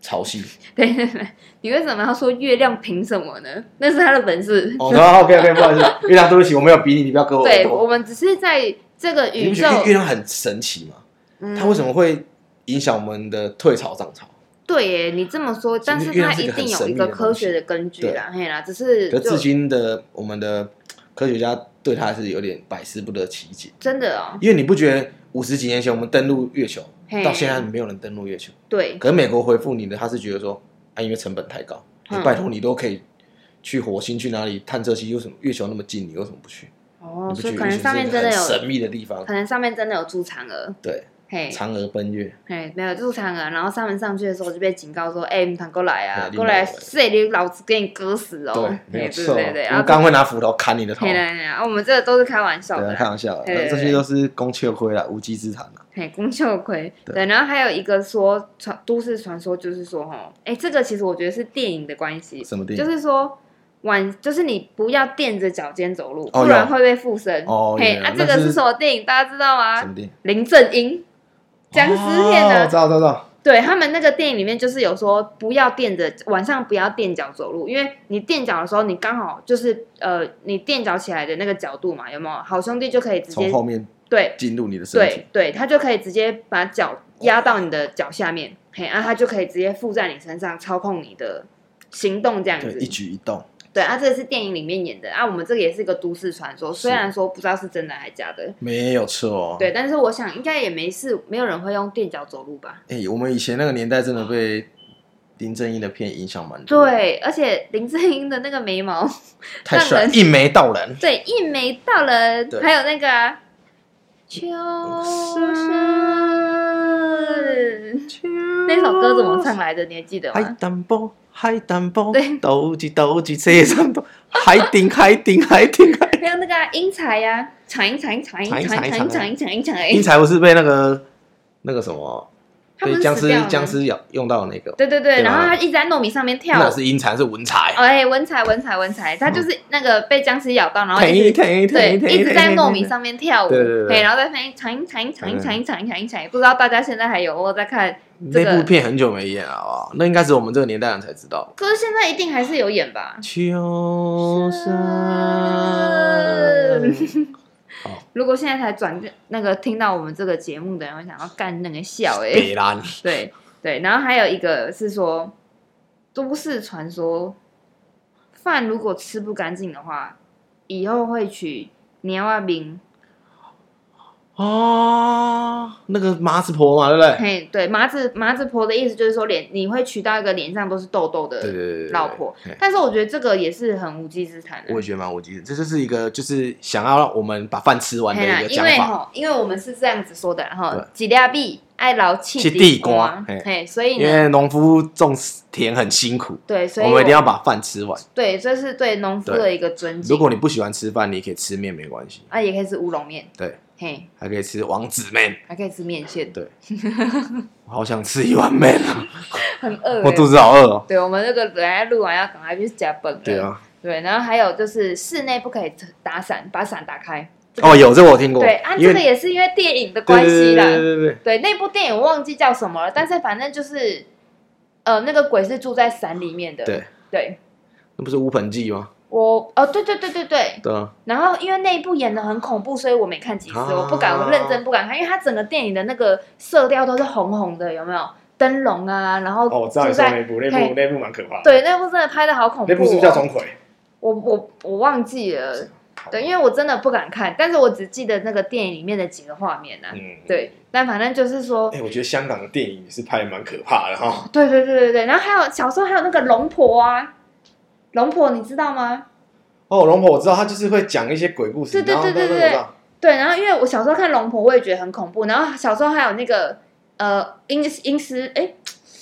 [SPEAKER 1] 潮汐？
[SPEAKER 2] 对对对，你为什么要说月亮凭什么呢？那是他的本
[SPEAKER 1] [laughs]
[SPEAKER 2] 事。
[SPEAKER 1] 哦，然后 OK OK，不好意思，月亮，对不起，我没有比你，你不要给我。
[SPEAKER 2] 对，
[SPEAKER 1] 我
[SPEAKER 2] 我们只是在这个
[SPEAKER 1] 哦你
[SPEAKER 2] 宇
[SPEAKER 1] 不
[SPEAKER 2] 宙
[SPEAKER 1] 觉，得月月亮很神奇吗？
[SPEAKER 2] 嗯
[SPEAKER 1] 它为什么会影响我们的退潮涨潮？
[SPEAKER 2] 对耶，你这么说，但是
[SPEAKER 1] 月亮
[SPEAKER 2] 它
[SPEAKER 1] 是一
[SPEAKER 2] 一
[SPEAKER 1] 个很
[SPEAKER 2] 定有
[SPEAKER 1] 神
[SPEAKER 2] 一
[SPEAKER 1] 秘的
[SPEAKER 2] 个科学的根据啦，嘿啦，只是
[SPEAKER 1] 可
[SPEAKER 2] 就
[SPEAKER 1] 至今的我们的科学家对它是有点百思不得其解，
[SPEAKER 2] 真的哦，
[SPEAKER 1] 因为你不觉得五十几年前我们登陆月球，
[SPEAKER 2] 嘿
[SPEAKER 1] 到现在没有人登陆月球，
[SPEAKER 2] 对，
[SPEAKER 1] 可是美国回复你的他是觉得说，啊，因为成本太高，你
[SPEAKER 2] 嗯
[SPEAKER 1] 拜托你都可以去火星去哪里探测器，为什么月球那么近，你为什么不去？
[SPEAKER 2] 哦，
[SPEAKER 1] 你不
[SPEAKER 2] 所
[SPEAKER 1] 觉得
[SPEAKER 2] 以可能
[SPEAKER 1] 月球
[SPEAKER 2] 上
[SPEAKER 1] 是一
[SPEAKER 2] 面
[SPEAKER 1] 个
[SPEAKER 2] 真的
[SPEAKER 1] 很
[SPEAKER 2] 有，
[SPEAKER 1] 神秘的地方？
[SPEAKER 2] 可能上面真的有住嫦娥，
[SPEAKER 1] 对，
[SPEAKER 2] 嘿，
[SPEAKER 1] 嫦娥奔月。
[SPEAKER 2] 哎，没有，就是嫦娥，然后他们上去的时候就被警告说：“哎、你躺过来啊，
[SPEAKER 1] 对你
[SPEAKER 2] 过来，
[SPEAKER 1] 老了
[SPEAKER 2] 这里老子给你割死哦！”
[SPEAKER 1] 对
[SPEAKER 2] 哎，
[SPEAKER 1] 没有
[SPEAKER 2] 对
[SPEAKER 1] 错。
[SPEAKER 2] 对对，然
[SPEAKER 1] 我
[SPEAKER 2] 后这
[SPEAKER 1] 刚会拿斧头砍你的头
[SPEAKER 2] 嘿，啦嘿啦，啊我们这个都是开玩笑
[SPEAKER 1] 对
[SPEAKER 2] 的
[SPEAKER 1] 啊，
[SPEAKER 2] 啦，
[SPEAKER 1] 开玩笑的，
[SPEAKER 2] 对对
[SPEAKER 1] 这些都是公雀亏啦，无稽之谈啦。
[SPEAKER 2] 嘿，龚秀奎，
[SPEAKER 1] [laughs] 对
[SPEAKER 2] 对，然后还有一个说传都市传说，就是说哈，哎，这个其实我觉得是电影的关系，
[SPEAKER 1] 什么电
[SPEAKER 2] 就
[SPEAKER 1] 影？
[SPEAKER 2] 是说晚，就是你不要垫着脚尖走路，
[SPEAKER 1] 哦
[SPEAKER 2] 不
[SPEAKER 1] 有
[SPEAKER 2] 然会被附身。
[SPEAKER 1] 哦
[SPEAKER 2] 嘿，
[SPEAKER 1] 有有
[SPEAKER 2] 啊，
[SPEAKER 1] 有
[SPEAKER 2] 这
[SPEAKER 1] 那
[SPEAKER 2] 个
[SPEAKER 1] 是
[SPEAKER 2] 是什么电影？大家知道
[SPEAKER 1] 什
[SPEAKER 2] 吗？
[SPEAKER 1] 么电影？
[SPEAKER 2] 林正英僵尸片啊
[SPEAKER 1] 哦
[SPEAKER 2] 的
[SPEAKER 1] 知道知道知道。
[SPEAKER 2] 对他们那个电影里面就是有说不要垫着晚上不要垫脚走路，因为你垫脚的时候，你刚好就是呃你垫脚起来的那个角度嘛，有没有？好兄弟就可以直
[SPEAKER 1] 从
[SPEAKER 2] 接
[SPEAKER 1] 后面
[SPEAKER 2] 对
[SPEAKER 1] 进入你的身体
[SPEAKER 2] 对。对，他就可以直接把脚压到你的脚下面，嘿，啊，他就可以直接附在你身上，操控你的行动这样
[SPEAKER 1] 对，
[SPEAKER 2] 子
[SPEAKER 1] 一。举一动，
[SPEAKER 2] 对啊，这个是电影里面演的啊，我们这个也是一个都市传说，虽
[SPEAKER 1] 是
[SPEAKER 2] 然说不知道是真的还是假的，
[SPEAKER 1] 没有错。，哦
[SPEAKER 2] 对，但是我想应该也没事，没有人会用垫脚走路吧。
[SPEAKER 1] 哎，我们以前那个年代真的被林正英的片影响蛮多的，
[SPEAKER 2] 对，而且林正英的那个眉毛， [laughs]
[SPEAKER 1] 太
[SPEAKER 2] 让
[SPEAKER 1] 帅，
[SPEAKER 2] 人
[SPEAKER 1] 一眉道人。
[SPEAKER 2] 对，一眉到了，
[SPEAKER 1] 对
[SPEAKER 2] 还有那个啊秋
[SPEAKER 1] 生
[SPEAKER 2] 生那首歌怎么唱？来着？你还记得
[SPEAKER 1] 海
[SPEAKER 2] 吗？
[SPEAKER 1] 胆包，海胆包
[SPEAKER 2] 对，
[SPEAKER 1] 斗鸡斗鸡，车上斗，海顶海顶海顶海。
[SPEAKER 2] 还有那个啊英才呀，抢一抢一抢一
[SPEAKER 1] 抢
[SPEAKER 2] 抢
[SPEAKER 1] 一
[SPEAKER 2] 一
[SPEAKER 1] 抢
[SPEAKER 2] 抢
[SPEAKER 1] 一抢
[SPEAKER 2] 一
[SPEAKER 1] 一
[SPEAKER 2] 抢一抢一抢
[SPEAKER 1] 英
[SPEAKER 2] 一，
[SPEAKER 1] 才不是被那个那个什么
[SPEAKER 2] 哎他不
[SPEAKER 1] 被
[SPEAKER 2] 是
[SPEAKER 1] 僵
[SPEAKER 2] 死
[SPEAKER 1] 尸
[SPEAKER 2] 掉了吗
[SPEAKER 1] 僵，尸咬用到的那个，
[SPEAKER 2] 对对对，
[SPEAKER 1] 对吧啊
[SPEAKER 2] 然后他一直在糯米上面跳
[SPEAKER 1] 那
[SPEAKER 2] 舞。
[SPEAKER 1] 是英才是文才
[SPEAKER 2] 哦，。哎，文采文采文采，他就是那个被僵尸咬到，然后
[SPEAKER 1] 舔
[SPEAKER 2] 一
[SPEAKER 1] 一 [laughs]
[SPEAKER 2] 直
[SPEAKER 1] 舔一舔
[SPEAKER 2] 对
[SPEAKER 1] 一舔，
[SPEAKER 2] 一直在糯米。上面跳舞，
[SPEAKER 1] 对对对嗯对
[SPEAKER 2] 嘿然后在那边抢一抢一抢一抢一抢一抢一抢，不知道大家现在还有没有在看？这个
[SPEAKER 1] 那部片很久没演了，好不好？那应该是我们这个年代人才知道。
[SPEAKER 2] 可是现在一定还是有演吧？
[SPEAKER 1] 秋山，
[SPEAKER 2] 如果现在才转那个听到我们这个节目的人，会想要干那个笑哎、
[SPEAKER 1] 北兰，
[SPEAKER 2] 对对，然后还有一个是说都市传说，饭如果吃不干净的话，以后会取鸟啊名，
[SPEAKER 1] 哦，那个麻子婆嘛，对不对？
[SPEAKER 2] 嘿，对，麻子麻子婆的意思就是说脸你会娶到一个脸上都是痘痘
[SPEAKER 1] 对对
[SPEAKER 2] 的
[SPEAKER 1] 对对，
[SPEAKER 2] 老婆
[SPEAKER 1] 嘿，
[SPEAKER 2] 但是我觉得这个也是很无稽之谈啊的
[SPEAKER 1] 我也。觉得蛮无稽的。这就是一个就是想要让我们把饭吃完的
[SPEAKER 2] 嘿啦，
[SPEAKER 1] 一个
[SPEAKER 2] 因
[SPEAKER 1] 讲
[SPEAKER 2] 为
[SPEAKER 1] 法，
[SPEAKER 2] 吼，因为我们是这样子说的啦吼
[SPEAKER 1] 对，
[SPEAKER 2] 几粒币爱劳气
[SPEAKER 1] 气地
[SPEAKER 2] 地
[SPEAKER 1] 瓜嘿
[SPEAKER 2] 嘿，所以
[SPEAKER 1] 因
[SPEAKER 2] 呢，
[SPEAKER 1] 为农夫种田很辛苦，
[SPEAKER 2] 对，所以
[SPEAKER 1] 我们一定要把饭吃完。
[SPEAKER 2] 对，这是对农夫
[SPEAKER 1] 对
[SPEAKER 2] 的一个尊敬。
[SPEAKER 1] 如果你不喜欢吃饭，你可以吃面没关系，
[SPEAKER 2] 啊，也可以吃乌龙面，
[SPEAKER 1] 对，
[SPEAKER 2] 嘿，
[SPEAKER 1] 还可以吃王子面。
[SPEAKER 2] 还可以吃面线，
[SPEAKER 1] 对我好想吃一碗面啊！
[SPEAKER 2] 很饿、欸。
[SPEAKER 1] 我肚子好饿哦。
[SPEAKER 2] [laughs] 对，我们这个等下录完要赶快去加本。
[SPEAKER 1] 对，啊，
[SPEAKER 2] 对，然后还有就是室内不可以打伞，把伞打开。
[SPEAKER 1] 哦，有这个我听过。
[SPEAKER 2] 对啊，
[SPEAKER 1] 因
[SPEAKER 2] 这
[SPEAKER 1] 为
[SPEAKER 2] 个也是因为电影的关系
[SPEAKER 1] 对对
[SPEAKER 2] 啦。
[SPEAKER 1] 对对对
[SPEAKER 2] 对，那部电影我忘记叫什么了，但是反正就是，呃，那个鬼是住在伞里面的。
[SPEAKER 1] 对对，
[SPEAKER 2] 对，
[SPEAKER 1] 那不是乌盆记吗？
[SPEAKER 2] 我哦，对对对对对。
[SPEAKER 1] 对啊，
[SPEAKER 2] 然后因为那一部演的很恐怖，所以我没看几次，
[SPEAKER 1] 啊
[SPEAKER 2] 我不敢，我认真不敢看，因为它整个电影的那个色调都是红红的，有没有灯笼啊？然
[SPEAKER 1] 哦
[SPEAKER 2] 后住在、
[SPEAKER 1] 部，
[SPEAKER 2] 那部
[SPEAKER 1] 那部蛮可怕。
[SPEAKER 2] 对那部真的拍的好恐怖、哦，
[SPEAKER 1] 魁？
[SPEAKER 2] 我我我忘记了，对，因为我真的不敢看，但是我只记得那个电影里面的几个画面啊。
[SPEAKER 1] 嗯，
[SPEAKER 2] 对，但反正就是说，
[SPEAKER 1] 哎，我觉得香港的电影是拍的蛮可怕的哈。
[SPEAKER 2] 对对对对对，然后还有小时候还有那个龙婆啊，龙婆你知道吗？
[SPEAKER 1] 哦，龙婆我知道，他就是会讲一些鬼故事，
[SPEAKER 2] 对对
[SPEAKER 1] 然后
[SPEAKER 2] 对
[SPEAKER 1] 那
[SPEAKER 2] 对
[SPEAKER 1] 个
[SPEAKER 2] 对
[SPEAKER 1] 我知道
[SPEAKER 2] 对，然后因为我小时候看龙婆，我也觉得很恐怖。然后小时候还有那个呃，阴阴尸，哎，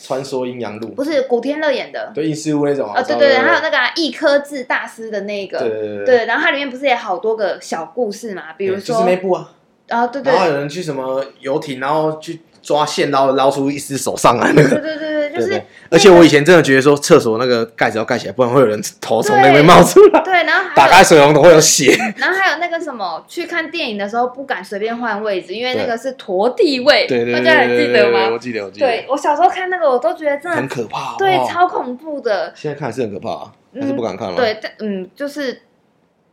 [SPEAKER 1] 穿梭阴阳路，
[SPEAKER 2] 不是古天乐演的，
[SPEAKER 1] 对，阴尸屋那种啊
[SPEAKER 2] 哦，对对对，还有那个啊一科智大师的那个，
[SPEAKER 1] 对对对对，
[SPEAKER 2] 对，然后它里面不是也好多个小故事嘛，比如
[SPEAKER 1] 就
[SPEAKER 2] 说
[SPEAKER 1] 是那部啊。
[SPEAKER 2] 啊，对对
[SPEAKER 1] 然后有人去什么游艇，然后去抓线，然后捞出一只手上来那
[SPEAKER 2] 对
[SPEAKER 1] 个，
[SPEAKER 2] 对对对对，就
[SPEAKER 1] 对
[SPEAKER 2] 是
[SPEAKER 1] 不对？而且我以前真的觉得说，厕所那个盖子要盖起来，不然会有人头从那边冒出来，
[SPEAKER 2] 对，然后还
[SPEAKER 1] 打
[SPEAKER 2] 有
[SPEAKER 1] 开水龙头会有血。
[SPEAKER 2] 然后还有那个什么，去看电影的时候不敢随便换位置，因为那个是陀地位，
[SPEAKER 1] 对对对
[SPEAKER 2] 大家还
[SPEAKER 1] 对
[SPEAKER 2] 记
[SPEAKER 1] 对
[SPEAKER 2] 得
[SPEAKER 1] 对，我
[SPEAKER 2] 吗？
[SPEAKER 1] 记得我记
[SPEAKER 2] 对
[SPEAKER 1] 得，
[SPEAKER 2] 我小时候看那个，我都觉得真的
[SPEAKER 1] 很可怕。
[SPEAKER 2] 对
[SPEAKER 1] 哦，
[SPEAKER 2] 超恐怖的。
[SPEAKER 1] 现在看还是很可怕啊，还是
[SPEAKER 2] 嗯
[SPEAKER 1] 不敢看了。
[SPEAKER 2] 对，但嗯，就是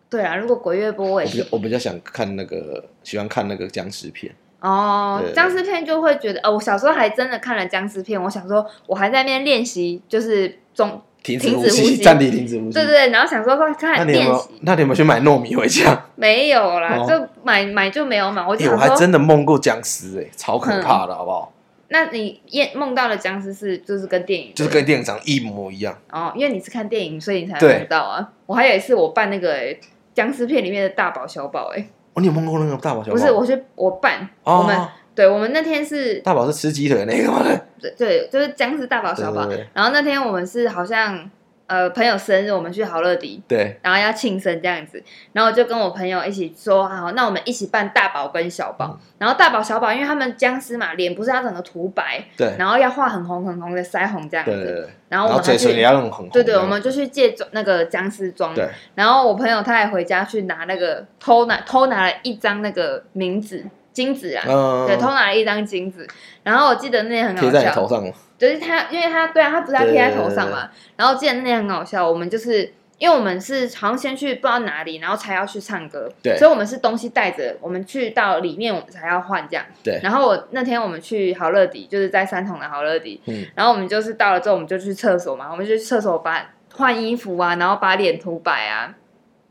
[SPEAKER 2] 对啊，如果鬼月播我
[SPEAKER 1] 我
[SPEAKER 2] 也
[SPEAKER 1] 比较
[SPEAKER 2] 是
[SPEAKER 1] 我比较想看那个，喜欢看那个僵尸片。
[SPEAKER 2] 哦
[SPEAKER 1] 对，
[SPEAKER 2] 僵尸片就会觉得，呃，我小时候还真的看了僵尸片，我想说我还在那边练习，就是中，
[SPEAKER 1] 停止
[SPEAKER 2] 停
[SPEAKER 1] 呼
[SPEAKER 2] 止呼
[SPEAKER 1] 吸，
[SPEAKER 2] 吸
[SPEAKER 1] 暂停停止呼吸。
[SPEAKER 2] 对对对，然后想说快
[SPEAKER 1] 嗯那
[SPEAKER 2] 看
[SPEAKER 1] 你有没
[SPEAKER 2] 练
[SPEAKER 1] 有
[SPEAKER 2] 习，？
[SPEAKER 1] 那你有没有去买糯米回家？
[SPEAKER 2] 没有啦，
[SPEAKER 1] 哦
[SPEAKER 2] 就买买就没有买，我就
[SPEAKER 1] 哎，我
[SPEAKER 2] 想
[SPEAKER 1] 还
[SPEAKER 2] 说，
[SPEAKER 1] 真的梦过僵尸，哎，超可怕的，好不好？
[SPEAKER 2] 那你夜梦到的僵尸是就是跟电影
[SPEAKER 1] 就是
[SPEAKER 2] 的
[SPEAKER 1] 跟电影长一模一样。
[SPEAKER 2] 哦，因为你是看电影，所以你才
[SPEAKER 1] 对
[SPEAKER 2] 梦到啊。我还有一次我扮那个、欸、僵尸片里面的大宝小宝，哎，
[SPEAKER 1] 哦，你有梦过那个大宝小宝？
[SPEAKER 2] 不是，我去我扮、我们
[SPEAKER 1] 哦，
[SPEAKER 2] 对，我们那天是
[SPEAKER 1] 大宝是吃鸡腿的那个吗？
[SPEAKER 2] 对对，就是僵尸大宝小宝。
[SPEAKER 1] 对对对
[SPEAKER 2] 然后那天我们是好像呃朋友生日，我们去好乐迪，
[SPEAKER 1] 对，
[SPEAKER 2] 然后要庆生这样子，然后我就跟我朋友一起说，好，那我们一起扮大宝跟小宝。
[SPEAKER 1] 嗯
[SPEAKER 2] 然后大宝小宝，因为他们僵尸嘛，脸不是要整个涂白，
[SPEAKER 1] 对，
[SPEAKER 2] 然后要画很红很红的腮红这样
[SPEAKER 1] 对对
[SPEAKER 2] 子。
[SPEAKER 1] 对，
[SPEAKER 2] 然
[SPEAKER 1] 然
[SPEAKER 2] 后我
[SPEAKER 1] 后
[SPEAKER 2] 们
[SPEAKER 1] 嘴
[SPEAKER 2] 还
[SPEAKER 1] 唇也
[SPEAKER 2] 去。
[SPEAKER 1] 要用很红。
[SPEAKER 2] 对对，我们就去借妆那个僵尸妆，
[SPEAKER 1] 对
[SPEAKER 2] 然后我朋友他还回家去拿那个偷拿偷拿了一张那个名字金子啊，
[SPEAKER 1] 嗯，
[SPEAKER 2] 对，偷拿了一张金子。然后我记得那天很好
[SPEAKER 1] 贴
[SPEAKER 2] 笑，
[SPEAKER 1] 在你头上吗？
[SPEAKER 2] 就是他，因为他对啊，他不是要贴在头上嘛。然后记得那天很好笑，我们就是因为我们是好像先去不知道哪里，然后才要去唱歌，
[SPEAKER 1] 对
[SPEAKER 2] 所以我们是东西带着，我们去到里面我们才要换这样。
[SPEAKER 1] 对
[SPEAKER 2] 然后我那天我们去好乐迪，就是在三重的好乐迪，
[SPEAKER 1] 嗯
[SPEAKER 2] 然后我们就是到了之后我们就去厕所嘛，我们就去厕所把换衣服啊，然后把脸涂白啊，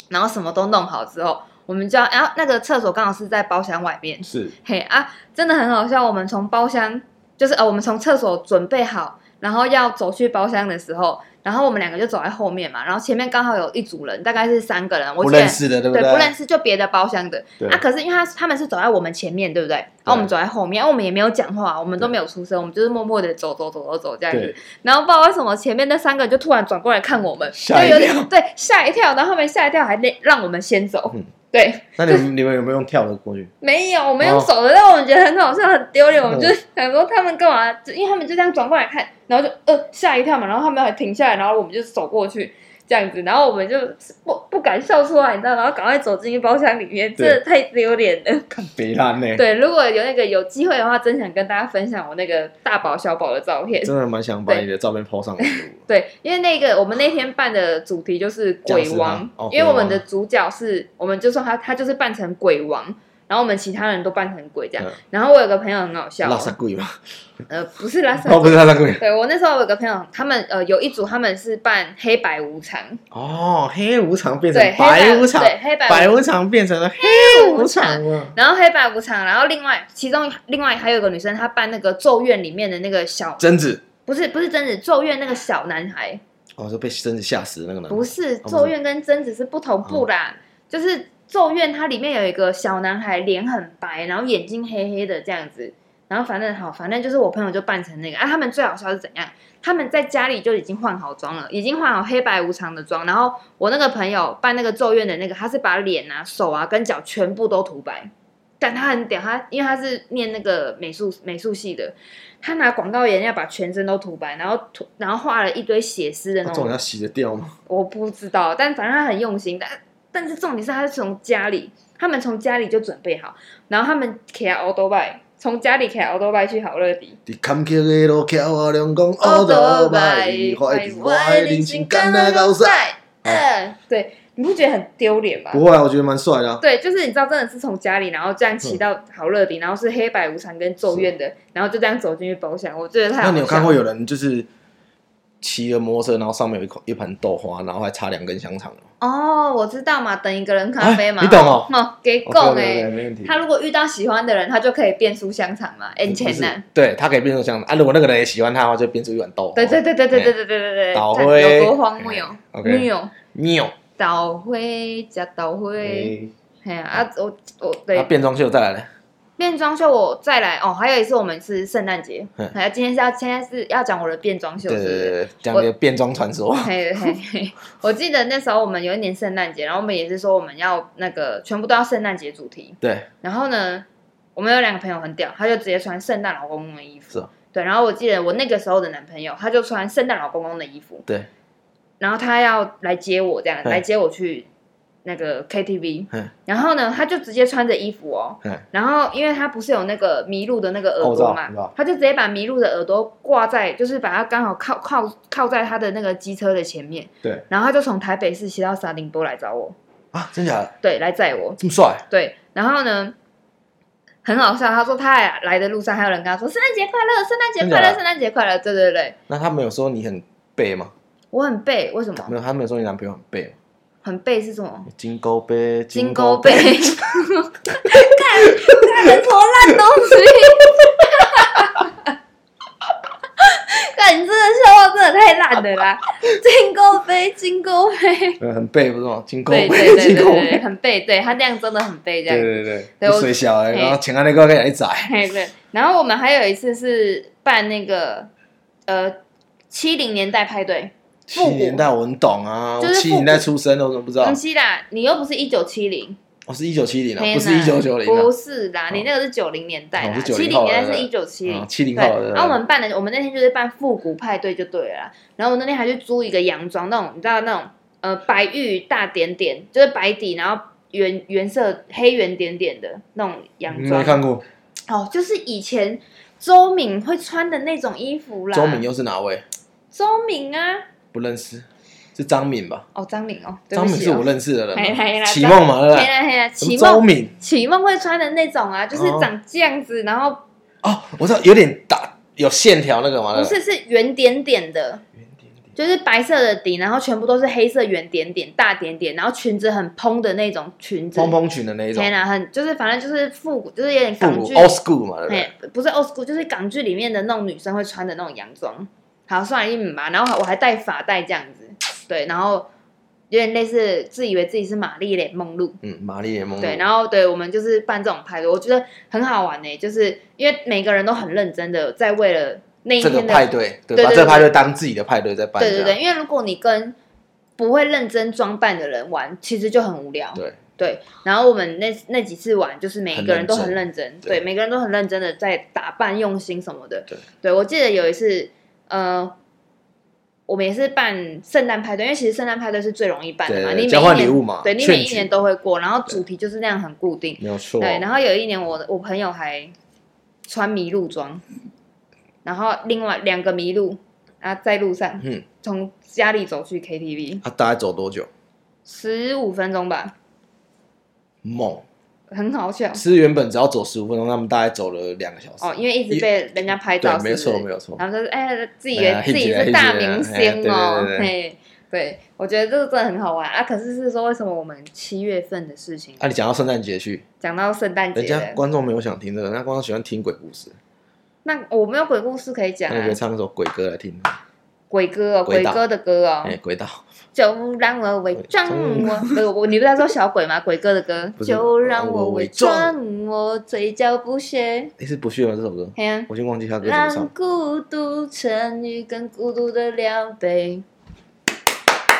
[SPEAKER 2] 然后什么都弄好之后。我们就要，然后那个厕所刚好是在包厢外面，
[SPEAKER 1] 是，
[SPEAKER 2] 嘿啊，真的很好笑。我们从包厢，就是呃，我们从厕所准备好，然后要走去包厢的时候，然后我们两个就走在后面嘛，然后前面刚好有一组人，大概是三个人，我
[SPEAKER 1] 不
[SPEAKER 2] 记得
[SPEAKER 1] 认识的，对
[SPEAKER 2] 对
[SPEAKER 1] 对？
[SPEAKER 2] 不认识就别的包厢的
[SPEAKER 1] 对
[SPEAKER 2] 啊。可是因为他他们是走在我们前面，对不对？然后我们走在后面，然啊后我们也没有讲话，我们都没有出声，我们就是默默的走走走走走这样子
[SPEAKER 1] 对。
[SPEAKER 2] 然后不知道为什么前面那三个人就突然转过来看我们，就
[SPEAKER 1] 吓一
[SPEAKER 2] 有
[SPEAKER 1] 跳
[SPEAKER 2] 点对吓一跳，然后后面吓一跳还让让我们先走，
[SPEAKER 1] 嗯
[SPEAKER 2] 对。
[SPEAKER 1] 那你们你们有没有用跳的过去？
[SPEAKER 2] 没有，我们
[SPEAKER 1] 哦
[SPEAKER 2] 用手的，但我们觉得很好笑、很丢脸。
[SPEAKER 1] 哦
[SPEAKER 2] 我们就想说他们干嘛？就因为他们就这样转过来看，然后就呃吓一跳嘛，然后他们还停下来，然后我们就走过去这样子，然后我们就不不敢笑出来，你知道，然后赶快走进去包厢里面，
[SPEAKER 1] 对
[SPEAKER 2] 这太丢脸了。
[SPEAKER 1] 北兰呢？
[SPEAKER 2] 对，如果有那个有机会的话，真想跟大家分享我那个大宝小宝的照片。
[SPEAKER 1] 真的蛮想把你的照片 po 上来的。
[SPEAKER 2] 对，因为那个我们那天办的主题就是鬼
[SPEAKER 1] 僵尸
[SPEAKER 2] 王
[SPEAKER 1] 吗，哦
[SPEAKER 2] 因为我
[SPEAKER 1] 鬼王
[SPEAKER 2] 们的主角是，我们就说他他就是扮成鬼王，然后我们其他人都扮成鬼这样。
[SPEAKER 1] 嗯
[SPEAKER 2] 然后我有个朋友很好笑
[SPEAKER 1] 拉，萨贵吗？
[SPEAKER 2] 呃，不是拉萨
[SPEAKER 1] 哦，不是拉萨贵，
[SPEAKER 2] 对我那时候有个朋友，他们呃有一组他们是扮黑白无常，
[SPEAKER 1] 哦，黑无常变成
[SPEAKER 2] 对，黑
[SPEAKER 1] 白
[SPEAKER 2] 白
[SPEAKER 1] 无常，
[SPEAKER 2] 对黑白
[SPEAKER 1] 白无常变成了黑无常啊！
[SPEAKER 2] 然后黑白无常，然后另外其中另外还有一个女生，她扮那个《咒怨》里面的那个小，
[SPEAKER 1] 贞子，
[SPEAKER 2] 不是不是贞子，《咒怨》那个小男孩，
[SPEAKER 1] 哦，就被贞子吓死的那个男的，哦
[SPEAKER 2] 不是
[SPEAKER 1] 不
[SPEAKER 2] 《
[SPEAKER 1] 是
[SPEAKER 2] 咒怨》跟贞子是不同步啦，就是《咒怨》它里面有一个小男孩，脸很白，然后眼睛黑黑的这样子，然后反正好，反正就是我朋友就扮成那个啊。他们最好笑是怎样？他们在家里就已经换好妆了，已经换好黑白无常的妆，然后我那个朋友扮那个《咒怨》的那个，他是把脸啊、手啊跟脚全部都涂白。但他很屌，他因为他是念那个美术美术系的，他拿广告颜料把全身都涂白，然后涂然后画了一堆血丝的
[SPEAKER 1] 那
[SPEAKER 2] 那
[SPEAKER 1] 哦种
[SPEAKER 2] 种
[SPEAKER 1] 要洗得掉吗？
[SPEAKER 2] 我不知道，但反正他很用心。但但是重点是，他是从家里，他们从家里就准备好，然后他们开奥多拜，从家里开奥多拜去好乐迪。
[SPEAKER 1] 你坎坷的路，桥我两公
[SPEAKER 2] 奥
[SPEAKER 1] 奥德拜，怀疑我的人生干那高赛。
[SPEAKER 2] 嗯，对，你不觉得很丢脸吗？
[SPEAKER 1] 啊不会啊，我觉得蛮帅的啊。
[SPEAKER 2] 对，就是你知道，真的是从家里，然后这样
[SPEAKER 1] 嗯
[SPEAKER 2] 骑到好乐迪，然后是黑白无常跟咒怨的，然后就这样走进去包厢，我觉得太好
[SPEAKER 1] 那你有看
[SPEAKER 2] 笑
[SPEAKER 1] 过有人就是骑了摩托车，然后上面有一口一盆豆花，然后还插两根香肠吗？
[SPEAKER 2] 哦，我知道嘛，等一个人咖啡嘛，
[SPEAKER 1] 哎你懂哦
[SPEAKER 2] 给
[SPEAKER 1] 哦
[SPEAKER 2] 够
[SPEAKER 1] 对
[SPEAKER 2] 哎
[SPEAKER 1] 对，对没问题。
[SPEAKER 2] 他如果遇到喜欢的人，他就可以变出香肠嘛，眼
[SPEAKER 1] 不
[SPEAKER 2] 前
[SPEAKER 1] 是
[SPEAKER 2] 呢？
[SPEAKER 1] 对他可以变成香肠啊。如果那个人也喜欢他的话，就变出一碗豆花。哎
[SPEAKER 2] 对对对对对对对对对对，
[SPEAKER 1] 倒
[SPEAKER 2] 看
[SPEAKER 1] 灰
[SPEAKER 2] 有多荒谬
[SPEAKER 1] 哎，OK
[SPEAKER 2] 谬，
[SPEAKER 1] 妙。
[SPEAKER 2] 倒灰加倒灰，
[SPEAKER 1] 哎
[SPEAKER 2] 哎呀啊，我我
[SPEAKER 1] 那
[SPEAKER 2] 对
[SPEAKER 1] 变装秀再来了，
[SPEAKER 2] 变装秀我再来哦，还有一次我们是圣诞节
[SPEAKER 1] 嗯，
[SPEAKER 2] 哎，今天是要现在是要讲我的变装秀，
[SPEAKER 1] 对
[SPEAKER 2] 是
[SPEAKER 1] 对
[SPEAKER 2] 不
[SPEAKER 1] 对
[SPEAKER 2] 是？
[SPEAKER 1] 对，讲你的变装传说。
[SPEAKER 2] 嘿嘿嘿，我记得那时候我们有一年圣诞节，然后我们也是说我们要那个全部都要圣诞节主题，
[SPEAKER 1] 对，
[SPEAKER 2] 然后呢，我们有两个朋友很屌，他就直接穿圣诞老公公的衣服，
[SPEAKER 1] 是啊
[SPEAKER 2] 对，然后我记得我那个时候的男朋友，他就穿圣诞老公公的衣服，
[SPEAKER 1] 对，
[SPEAKER 2] 然后他要来接我，这样
[SPEAKER 1] 嗯
[SPEAKER 2] 来接我去那个 KTV，
[SPEAKER 1] 嗯
[SPEAKER 2] 然后呢，他就直接穿着衣服哦，
[SPEAKER 1] 嗯
[SPEAKER 2] 然后因为他不是有那个麋鹿的那个耳朵
[SPEAKER 1] 口罩我知道
[SPEAKER 2] 嘛，他就直接把麋鹿的耳朵挂在，就是把它刚好靠靠靠在他的那个机车的前面，
[SPEAKER 1] 对
[SPEAKER 2] 然后他就从台北市骑到沙丁波来找我，
[SPEAKER 1] 啊，真假的
[SPEAKER 2] 对，来载我，
[SPEAKER 1] 这么帅？
[SPEAKER 2] 对，然后呢，很好笑。他说他还来的路上还有人跟他说“圣诞节快乐，圣诞节快
[SPEAKER 1] 真假
[SPEAKER 2] 乐，
[SPEAKER 1] 的啊
[SPEAKER 2] 圣诞节快乐”。对对对，
[SPEAKER 1] 那他没有说你很背吗？
[SPEAKER 2] 我很背，为什
[SPEAKER 1] 没
[SPEAKER 2] 么？
[SPEAKER 1] 有，他没有说你男朋友很背吗？哦
[SPEAKER 2] 很背是什么？
[SPEAKER 1] 金钩背，
[SPEAKER 2] 金
[SPEAKER 1] 钩
[SPEAKER 2] 钩背，看，看人多烂东西， [laughs] 看你这个笑话真的太烂了啦！金钩背，金钩背，
[SPEAKER 1] 呃，很背不是吗？金钩
[SPEAKER 2] 对
[SPEAKER 1] 背
[SPEAKER 2] 对，对
[SPEAKER 1] 金
[SPEAKER 2] 对
[SPEAKER 1] 钩
[SPEAKER 2] 对，
[SPEAKER 1] 背，
[SPEAKER 2] 很背，对他那样真的很背这样
[SPEAKER 1] 对
[SPEAKER 2] 子。
[SPEAKER 1] 对对
[SPEAKER 2] 对
[SPEAKER 1] 对，
[SPEAKER 2] 我
[SPEAKER 1] 水小欸
[SPEAKER 2] 嘿
[SPEAKER 1] 然后前面那个给你宰，
[SPEAKER 2] 嘿，对。然后我们还有一次是办那个呃七零年代派对，
[SPEAKER 1] 七零年代我很懂啊，
[SPEAKER 2] 就
[SPEAKER 1] 我
[SPEAKER 2] 是复古
[SPEAKER 1] 七零年代出生的，我怎么不知道
[SPEAKER 2] 东？西啦，你又不是一九七零，
[SPEAKER 1] 我是一九七零啊，
[SPEAKER 2] 天
[SPEAKER 1] 不
[SPEAKER 2] 哪
[SPEAKER 1] 是一九九零
[SPEAKER 2] 不
[SPEAKER 1] 啊。
[SPEAKER 2] 是啦，
[SPEAKER 1] 哦
[SPEAKER 2] 你那个是九零年代
[SPEAKER 1] 哦
[SPEAKER 2] 啦，
[SPEAKER 1] 是
[SPEAKER 2] 七
[SPEAKER 1] 90
[SPEAKER 2] 零
[SPEAKER 1] 后
[SPEAKER 2] 年代
[SPEAKER 1] 了
[SPEAKER 2] 是一九七零
[SPEAKER 1] 嗯。70
[SPEAKER 2] 对
[SPEAKER 1] 后了对
[SPEAKER 2] 然后我们办的，我们那天就是办复古派对就对了啦。然后我那天还去租一个洋装，那种你知道那种呃白玉大点点，就是白底，然后原原色黑圆点点的那种洋
[SPEAKER 1] 嗯没
[SPEAKER 2] 装。
[SPEAKER 1] 看过，
[SPEAKER 2] 哦，就是以前周敏会穿的那种衣服啦。
[SPEAKER 1] 周敏又是哪位？
[SPEAKER 2] 周敏啊，
[SPEAKER 1] 不认识，是张敏吧？
[SPEAKER 2] 哦，张敏哦，对
[SPEAKER 1] 张
[SPEAKER 2] 不
[SPEAKER 1] 敏
[SPEAKER 2] 起
[SPEAKER 1] 是我
[SPEAKER 2] 哦，
[SPEAKER 1] 认识的人
[SPEAKER 2] 嘿嘿
[SPEAKER 1] 嘛，
[SPEAKER 2] 啦
[SPEAKER 1] 启梦嘛，对不
[SPEAKER 2] 黑
[SPEAKER 1] 对？
[SPEAKER 2] 啦黑啦，
[SPEAKER 1] 什么
[SPEAKER 2] 启
[SPEAKER 1] 周
[SPEAKER 2] 梦
[SPEAKER 1] 敏
[SPEAKER 2] 启梦会穿的那种啊，就是
[SPEAKER 1] 哦
[SPEAKER 2] 长这样子，然后
[SPEAKER 1] 哦，我知道有点打有线条那个嘛，
[SPEAKER 2] 不
[SPEAKER 1] 对对
[SPEAKER 2] 是是圆点点的，
[SPEAKER 1] 圆点点
[SPEAKER 2] 就是白色的底，然后全部都是黑色圆点点大点点，然后裙子很蓬的那种裙子，
[SPEAKER 1] 蓬蓬裙的那一种
[SPEAKER 2] 天，啦，很就是反正就是复古，就是有点
[SPEAKER 1] 复
[SPEAKER 2] 港
[SPEAKER 1] 古
[SPEAKER 2] 剧
[SPEAKER 1] old school 嘛，对不对？
[SPEAKER 2] 哎，不是 old school，就是港剧里面的那种女生会穿的那种洋装。好，算了，一米吧。然后我还戴发带这样子，对，然后有点类似自以为自己是玛丽莲梦露，
[SPEAKER 1] 嗯，玛丽莲梦露，
[SPEAKER 2] 对，然后对我们就是办这种派对，我觉得很好玩呢、就是因为每个人都很认真的在为了那一
[SPEAKER 1] 这个
[SPEAKER 2] 天的，
[SPEAKER 1] 派对，对，
[SPEAKER 2] 对
[SPEAKER 1] 把这个
[SPEAKER 2] 对对
[SPEAKER 1] 派对当自己的派对在办，
[SPEAKER 2] 对对
[SPEAKER 1] 这样
[SPEAKER 2] 对，因为如果你跟不会认真装扮的人玩，其实就很无聊。
[SPEAKER 1] 对
[SPEAKER 2] 对，然后我们那那几次玩，就是每一个人都很
[SPEAKER 1] 很
[SPEAKER 2] 认真，
[SPEAKER 1] 对
[SPEAKER 2] 对，每个人都很认真的在打扮、用心什么的。
[SPEAKER 1] 对，
[SPEAKER 2] 我记得有一次，呃，我们也是办圣诞派对，因为其实圣诞派对是最容易办的嘛，
[SPEAKER 1] 对对
[SPEAKER 2] 你每
[SPEAKER 1] 交
[SPEAKER 2] 一
[SPEAKER 1] 换礼
[SPEAKER 2] 年
[SPEAKER 1] 物嘛
[SPEAKER 2] 对你
[SPEAKER 1] 劝
[SPEAKER 2] 每一
[SPEAKER 1] 举
[SPEAKER 2] 年都会过，然后主题就是那样很固定。
[SPEAKER 1] 没有错，
[SPEAKER 2] 对，然后有一年我我朋友还穿麋鹿装，然后另外两个麋鹿啊在路上
[SPEAKER 1] 嗯，
[SPEAKER 2] 从家里走去 KTV，
[SPEAKER 1] 他大概走多久？
[SPEAKER 2] 十五分钟吧，
[SPEAKER 1] 猛，
[SPEAKER 2] 很好笑
[SPEAKER 1] 是原本只要走十五分钟，他们大概走了两个小时。
[SPEAKER 2] 哦，因为一直被人家拍
[SPEAKER 1] 对
[SPEAKER 2] 照，，
[SPEAKER 1] 没有错，没
[SPEAKER 2] 有。
[SPEAKER 1] 有错。
[SPEAKER 2] 然后就是哎，自己以
[SPEAKER 1] 哎呀
[SPEAKER 2] 为自己是大明
[SPEAKER 1] 嘿
[SPEAKER 2] 星
[SPEAKER 1] 姐哎对对
[SPEAKER 2] 哦
[SPEAKER 1] 对，对
[SPEAKER 2] 嘿，对，我觉得这个真的很好玩啊。可是是说为什么我们七月份的事情
[SPEAKER 1] 那、啊你讲到圣诞节去，
[SPEAKER 2] 讲到圣诞
[SPEAKER 1] 人
[SPEAKER 2] 节
[SPEAKER 1] 家
[SPEAKER 2] 了，
[SPEAKER 1] 观众没有想听这个，人家观众喜欢听鬼故事，
[SPEAKER 2] 那我没有鬼故事可以讲
[SPEAKER 1] 那你可
[SPEAKER 2] 啊
[SPEAKER 1] 以，唱一首鬼歌来听。
[SPEAKER 2] 鬼哥哦，
[SPEAKER 1] 鬼
[SPEAKER 2] 鬼
[SPEAKER 1] 岛
[SPEAKER 2] 哥的歌哦
[SPEAKER 1] 哎、，鬼岛
[SPEAKER 2] 就让我伪装
[SPEAKER 1] 伪
[SPEAKER 2] 我，对，我你不是在说小鬼吗？鬼哥的歌
[SPEAKER 1] 不，是
[SPEAKER 2] 就让我伪
[SPEAKER 1] 让
[SPEAKER 2] 装我，嘴角不屑。
[SPEAKER 1] 哎、是不屑吗？这首歌，
[SPEAKER 2] 嘿呀、
[SPEAKER 1] 我已经忘记他歌怎么
[SPEAKER 2] 让
[SPEAKER 1] 唱。
[SPEAKER 2] 孤独成语跟孤独的两倍。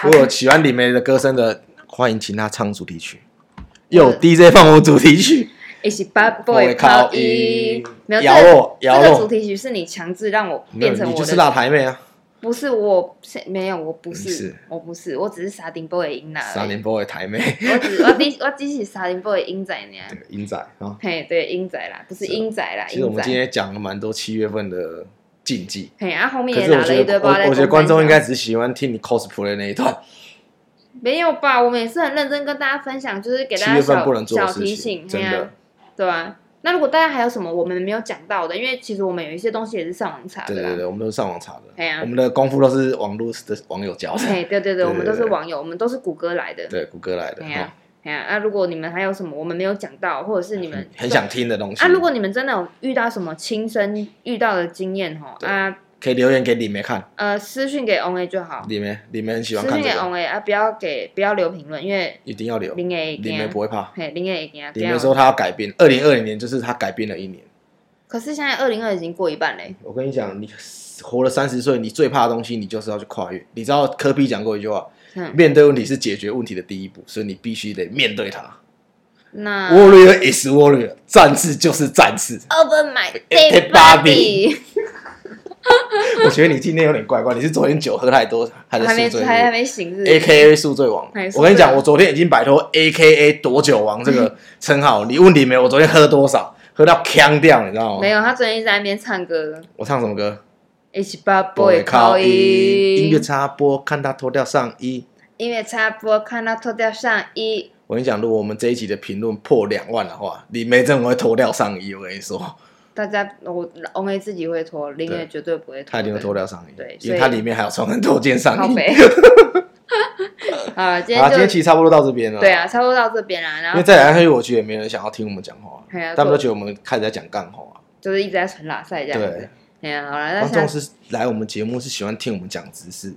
[SPEAKER 1] 如果喜欢李梅的歌声的，欢迎请她唱主题曲。有 DJ 放我主题曲，
[SPEAKER 2] 一起 bad
[SPEAKER 1] 我会
[SPEAKER 2] boy
[SPEAKER 1] 靠
[SPEAKER 2] 靠
[SPEAKER 1] 一
[SPEAKER 2] 一，没有
[SPEAKER 1] 摇
[SPEAKER 2] 这个
[SPEAKER 1] 我摇
[SPEAKER 2] 这个主
[SPEAKER 1] 我，
[SPEAKER 2] 题曲是你强制让我
[SPEAKER 1] 没有
[SPEAKER 2] 变成
[SPEAKER 1] 你
[SPEAKER 2] 我
[SPEAKER 1] 就
[SPEAKER 2] 的，
[SPEAKER 1] 是辣台妹啊，
[SPEAKER 2] 不是我是没有，我不
[SPEAKER 1] 你
[SPEAKER 2] 是，
[SPEAKER 1] 是
[SPEAKER 2] 我不是，我只是沙丁 boy 的音呐
[SPEAKER 1] 少
[SPEAKER 2] 而
[SPEAKER 1] 年
[SPEAKER 2] 已。
[SPEAKER 1] 波的台妹，
[SPEAKER 2] 我只我只我只是沙丁 boy 的音仔呢。
[SPEAKER 1] 对英仔啊。
[SPEAKER 2] 嘿，对，音仔啦，不是
[SPEAKER 1] 是啊
[SPEAKER 2] 音仔啦，
[SPEAKER 1] 其实我
[SPEAKER 2] 音
[SPEAKER 1] 们今
[SPEAKER 2] 仔。
[SPEAKER 1] 天讲了蛮多七月份的禁忌，
[SPEAKER 2] 嘿，啊，后面
[SPEAKER 1] 可
[SPEAKER 2] 也
[SPEAKER 1] 是我
[SPEAKER 2] 拿了
[SPEAKER 1] 觉
[SPEAKER 2] 一堆
[SPEAKER 1] 得
[SPEAKER 2] 包在
[SPEAKER 1] 我我觉得
[SPEAKER 2] 公
[SPEAKER 1] 观众
[SPEAKER 2] 山
[SPEAKER 1] 应
[SPEAKER 2] 上
[SPEAKER 1] 该只喜欢听你 cosplay 那一段。
[SPEAKER 2] 没有吧？我们也是很认真跟大家分享，就是给大
[SPEAKER 1] 七
[SPEAKER 2] 家
[SPEAKER 1] 月份
[SPEAKER 2] 小
[SPEAKER 1] 不能做的
[SPEAKER 2] 小
[SPEAKER 1] 事
[SPEAKER 2] 提
[SPEAKER 1] 情，
[SPEAKER 2] 醒，
[SPEAKER 1] 真
[SPEAKER 2] 嘿
[SPEAKER 1] 的
[SPEAKER 2] 啊，，对啊。那如果大家还有什么我们没有讲到的，因为其实我们有一些东西也是上网查的
[SPEAKER 1] 对
[SPEAKER 2] 啦。
[SPEAKER 1] 对对，我们都是上网查的，
[SPEAKER 2] 嘿啊
[SPEAKER 1] 我们的功夫都是网络的网友教的，
[SPEAKER 2] [laughs] 嘿对对
[SPEAKER 1] 对
[SPEAKER 2] 对，我们都
[SPEAKER 1] 对
[SPEAKER 2] 是
[SPEAKER 1] 对
[SPEAKER 2] 网友，我们都是谷歌来
[SPEAKER 1] [laughs]
[SPEAKER 2] 的。
[SPEAKER 1] 对，谷歌来的
[SPEAKER 2] 哎
[SPEAKER 1] 哈
[SPEAKER 2] 呀，，哎呀，那如果你们还有什么我们没有讲到，或者是你们
[SPEAKER 1] 嗯很想听的东西，
[SPEAKER 2] 啊，如果你们真的有遇到什么亲身遇到的经验哈，
[SPEAKER 1] 对
[SPEAKER 2] 啊
[SPEAKER 1] 可以留言给李梅看，
[SPEAKER 2] 呃私讯给 ONA 就好，
[SPEAKER 1] 李梅李梅很喜欢
[SPEAKER 2] 私
[SPEAKER 1] 看
[SPEAKER 2] 讯
[SPEAKER 1] 这
[SPEAKER 2] 给
[SPEAKER 1] 个，
[SPEAKER 2] ONA 啊，不要给不要留评论，因为
[SPEAKER 1] 一定要留，
[SPEAKER 2] 零 A
[SPEAKER 1] 李梅
[SPEAKER 2] 惊，
[SPEAKER 1] 不会怕，
[SPEAKER 2] 嘿零 A 惊，
[SPEAKER 1] 李梅说她要改变，二零二零年就是她改变了一年。
[SPEAKER 2] 可是现在二零二已经过一半嘞，
[SPEAKER 1] 我跟你讲，你活了三十岁，你最怕的东西，你就是要去跨越。你知道科比讲过一句话，
[SPEAKER 2] 嗯，
[SPEAKER 1] 面对问题是解决问题的第一步，所以你必须得面对它。
[SPEAKER 2] 那
[SPEAKER 1] Warrior is warrior，战士就是战士。
[SPEAKER 2] Over my
[SPEAKER 1] dead
[SPEAKER 2] dead
[SPEAKER 1] body
[SPEAKER 2] body，
[SPEAKER 1] 我觉得你今天有点怪怪，你是昨天酒喝太多还是
[SPEAKER 2] 还没
[SPEAKER 1] 宿醉
[SPEAKER 2] 还还没醒是不是
[SPEAKER 1] A K A 宿醉王
[SPEAKER 2] 还，是
[SPEAKER 1] 我跟你讲，我昨天已经摆脱 A K A 躲酒王这个称号。你问李梅，我昨天喝多少？喝到呛掉，你知道吗
[SPEAKER 2] 没？有，他昨天一直在那边唱歌
[SPEAKER 1] 我唱什么歌？
[SPEAKER 2] ，H 八 boy 靠
[SPEAKER 1] 音音乐
[SPEAKER 2] 音，
[SPEAKER 1] 插播，看他脱掉上衣。
[SPEAKER 2] 音乐插播，看他脱掉上衣，
[SPEAKER 1] 我跟你讲，如果我们这一集的评论破两万的话，李梅真的会脱掉上衣。我跟你
[SPEAKER 2] [laughs]
[SPEAKER 1] 说，
[SPEAKER 2] 大家我 only 自己会脱，林
[SPEAKER 1] 对
[SPEAKER 2] 也绝对不会脱，
[SPEAKER 1] 他一定会脱掉上衣
[SPEAKER 2] 对，
[SPEAKER 1] 因为
[SPEAKER 2] 所以
[SPEAKER 1] 它里面还有穿很多件上
[SPEAKER 2] 靠
[SPEAKER 1] 衣。 [laughs]
[SPEAKER 2] 北。好了，今
[SPEAKER 1] 好啦，今
[SPEAKER 2] 天
[SPEAKER 1] 天
[SPEAKER 2] 就
[SPEAKER 1] 其实差不多到这边了。哦
[SPEAKER 2] 对啊，，差不多到这边啦，然
[SPEAKER 1] 因
[SPEAKER 2] 后
[SPEAKER 1] 为再来下去，我觉得也没人想要听我们讲话，
[SPEAKER 2] 哎呀
[SPEAKER 1] 他们都
[SPEAKER 2] 就
[SPEAKER 1] 觉得我们开始在讲干话。
[SPEAKER 2] 就是一直在传拉塞这样子
[SPEAKER 1] 对。，
[SPEAKER 2] 哎呀，好了，那
[SPEAKER 1] 观
[SPEAKER 2] 下
[SPEAKER 1] 众
[SPEAKER 2] 次
[SPEAKER 1] 是来我们节目是喜欢听我们讲知识，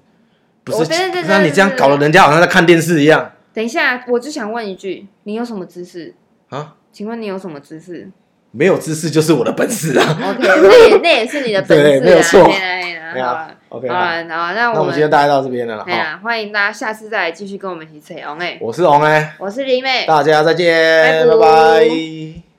[SPEAKER 1] 不
[SPEAKER 2] 我
[SPEAKER 1] 是
[SPEAKER 2] 对对对？对
[SPEAKER 1] 那你这样搞得人家好像在看电视一样
[SPEAKER 2] 等一下，我就想问一句，你有什么知识？
[SPEAKER 1] 啊！
[SPEAKER 2] 请问你有什么知识？ [laughs]
[SPEAKER 1] 没有知识就是我的本事啊！
[SPEAKER 2] OK，那也那也是你的本事
[SPEAKER 1] 对 [laughs]
[SPEAKER 2] 啊，
[SPEAKER 1] 没有错
[SPEAKER 2] 嘿啦嘿啦
[SPEAKER 1] 对
[SPEAKER 2] 好
[SPEAKER 1] 啊
[SPEAKER 2] 了，
[SPEAKER 1] ，OK，
[SPEAKER 2] 好
[SPEAKER 1] 好
[SPEAKER 2] 了，好，那
[SPEAKER 1] 那
[SPEAKER 2] 我
[SPEAKER 1] 我们今天
[SPEAKER 2] 们，
[SPEAKER 1] 大概到这边了啦。
[SPEAKER 2] 哎
[SPEAKER 1] 哈，
[SPEAKER 2] 呀，欢迎大家下次再来继续跟我们一起扯红哎，
[SPEAKER 1] 我是王哎，
[SPEAKER 2] 我是林妹，
[SPEAKER 1] 大家再见，拜
[SPEAKER 2] 拜拜
[SPEAKER 1] 拜。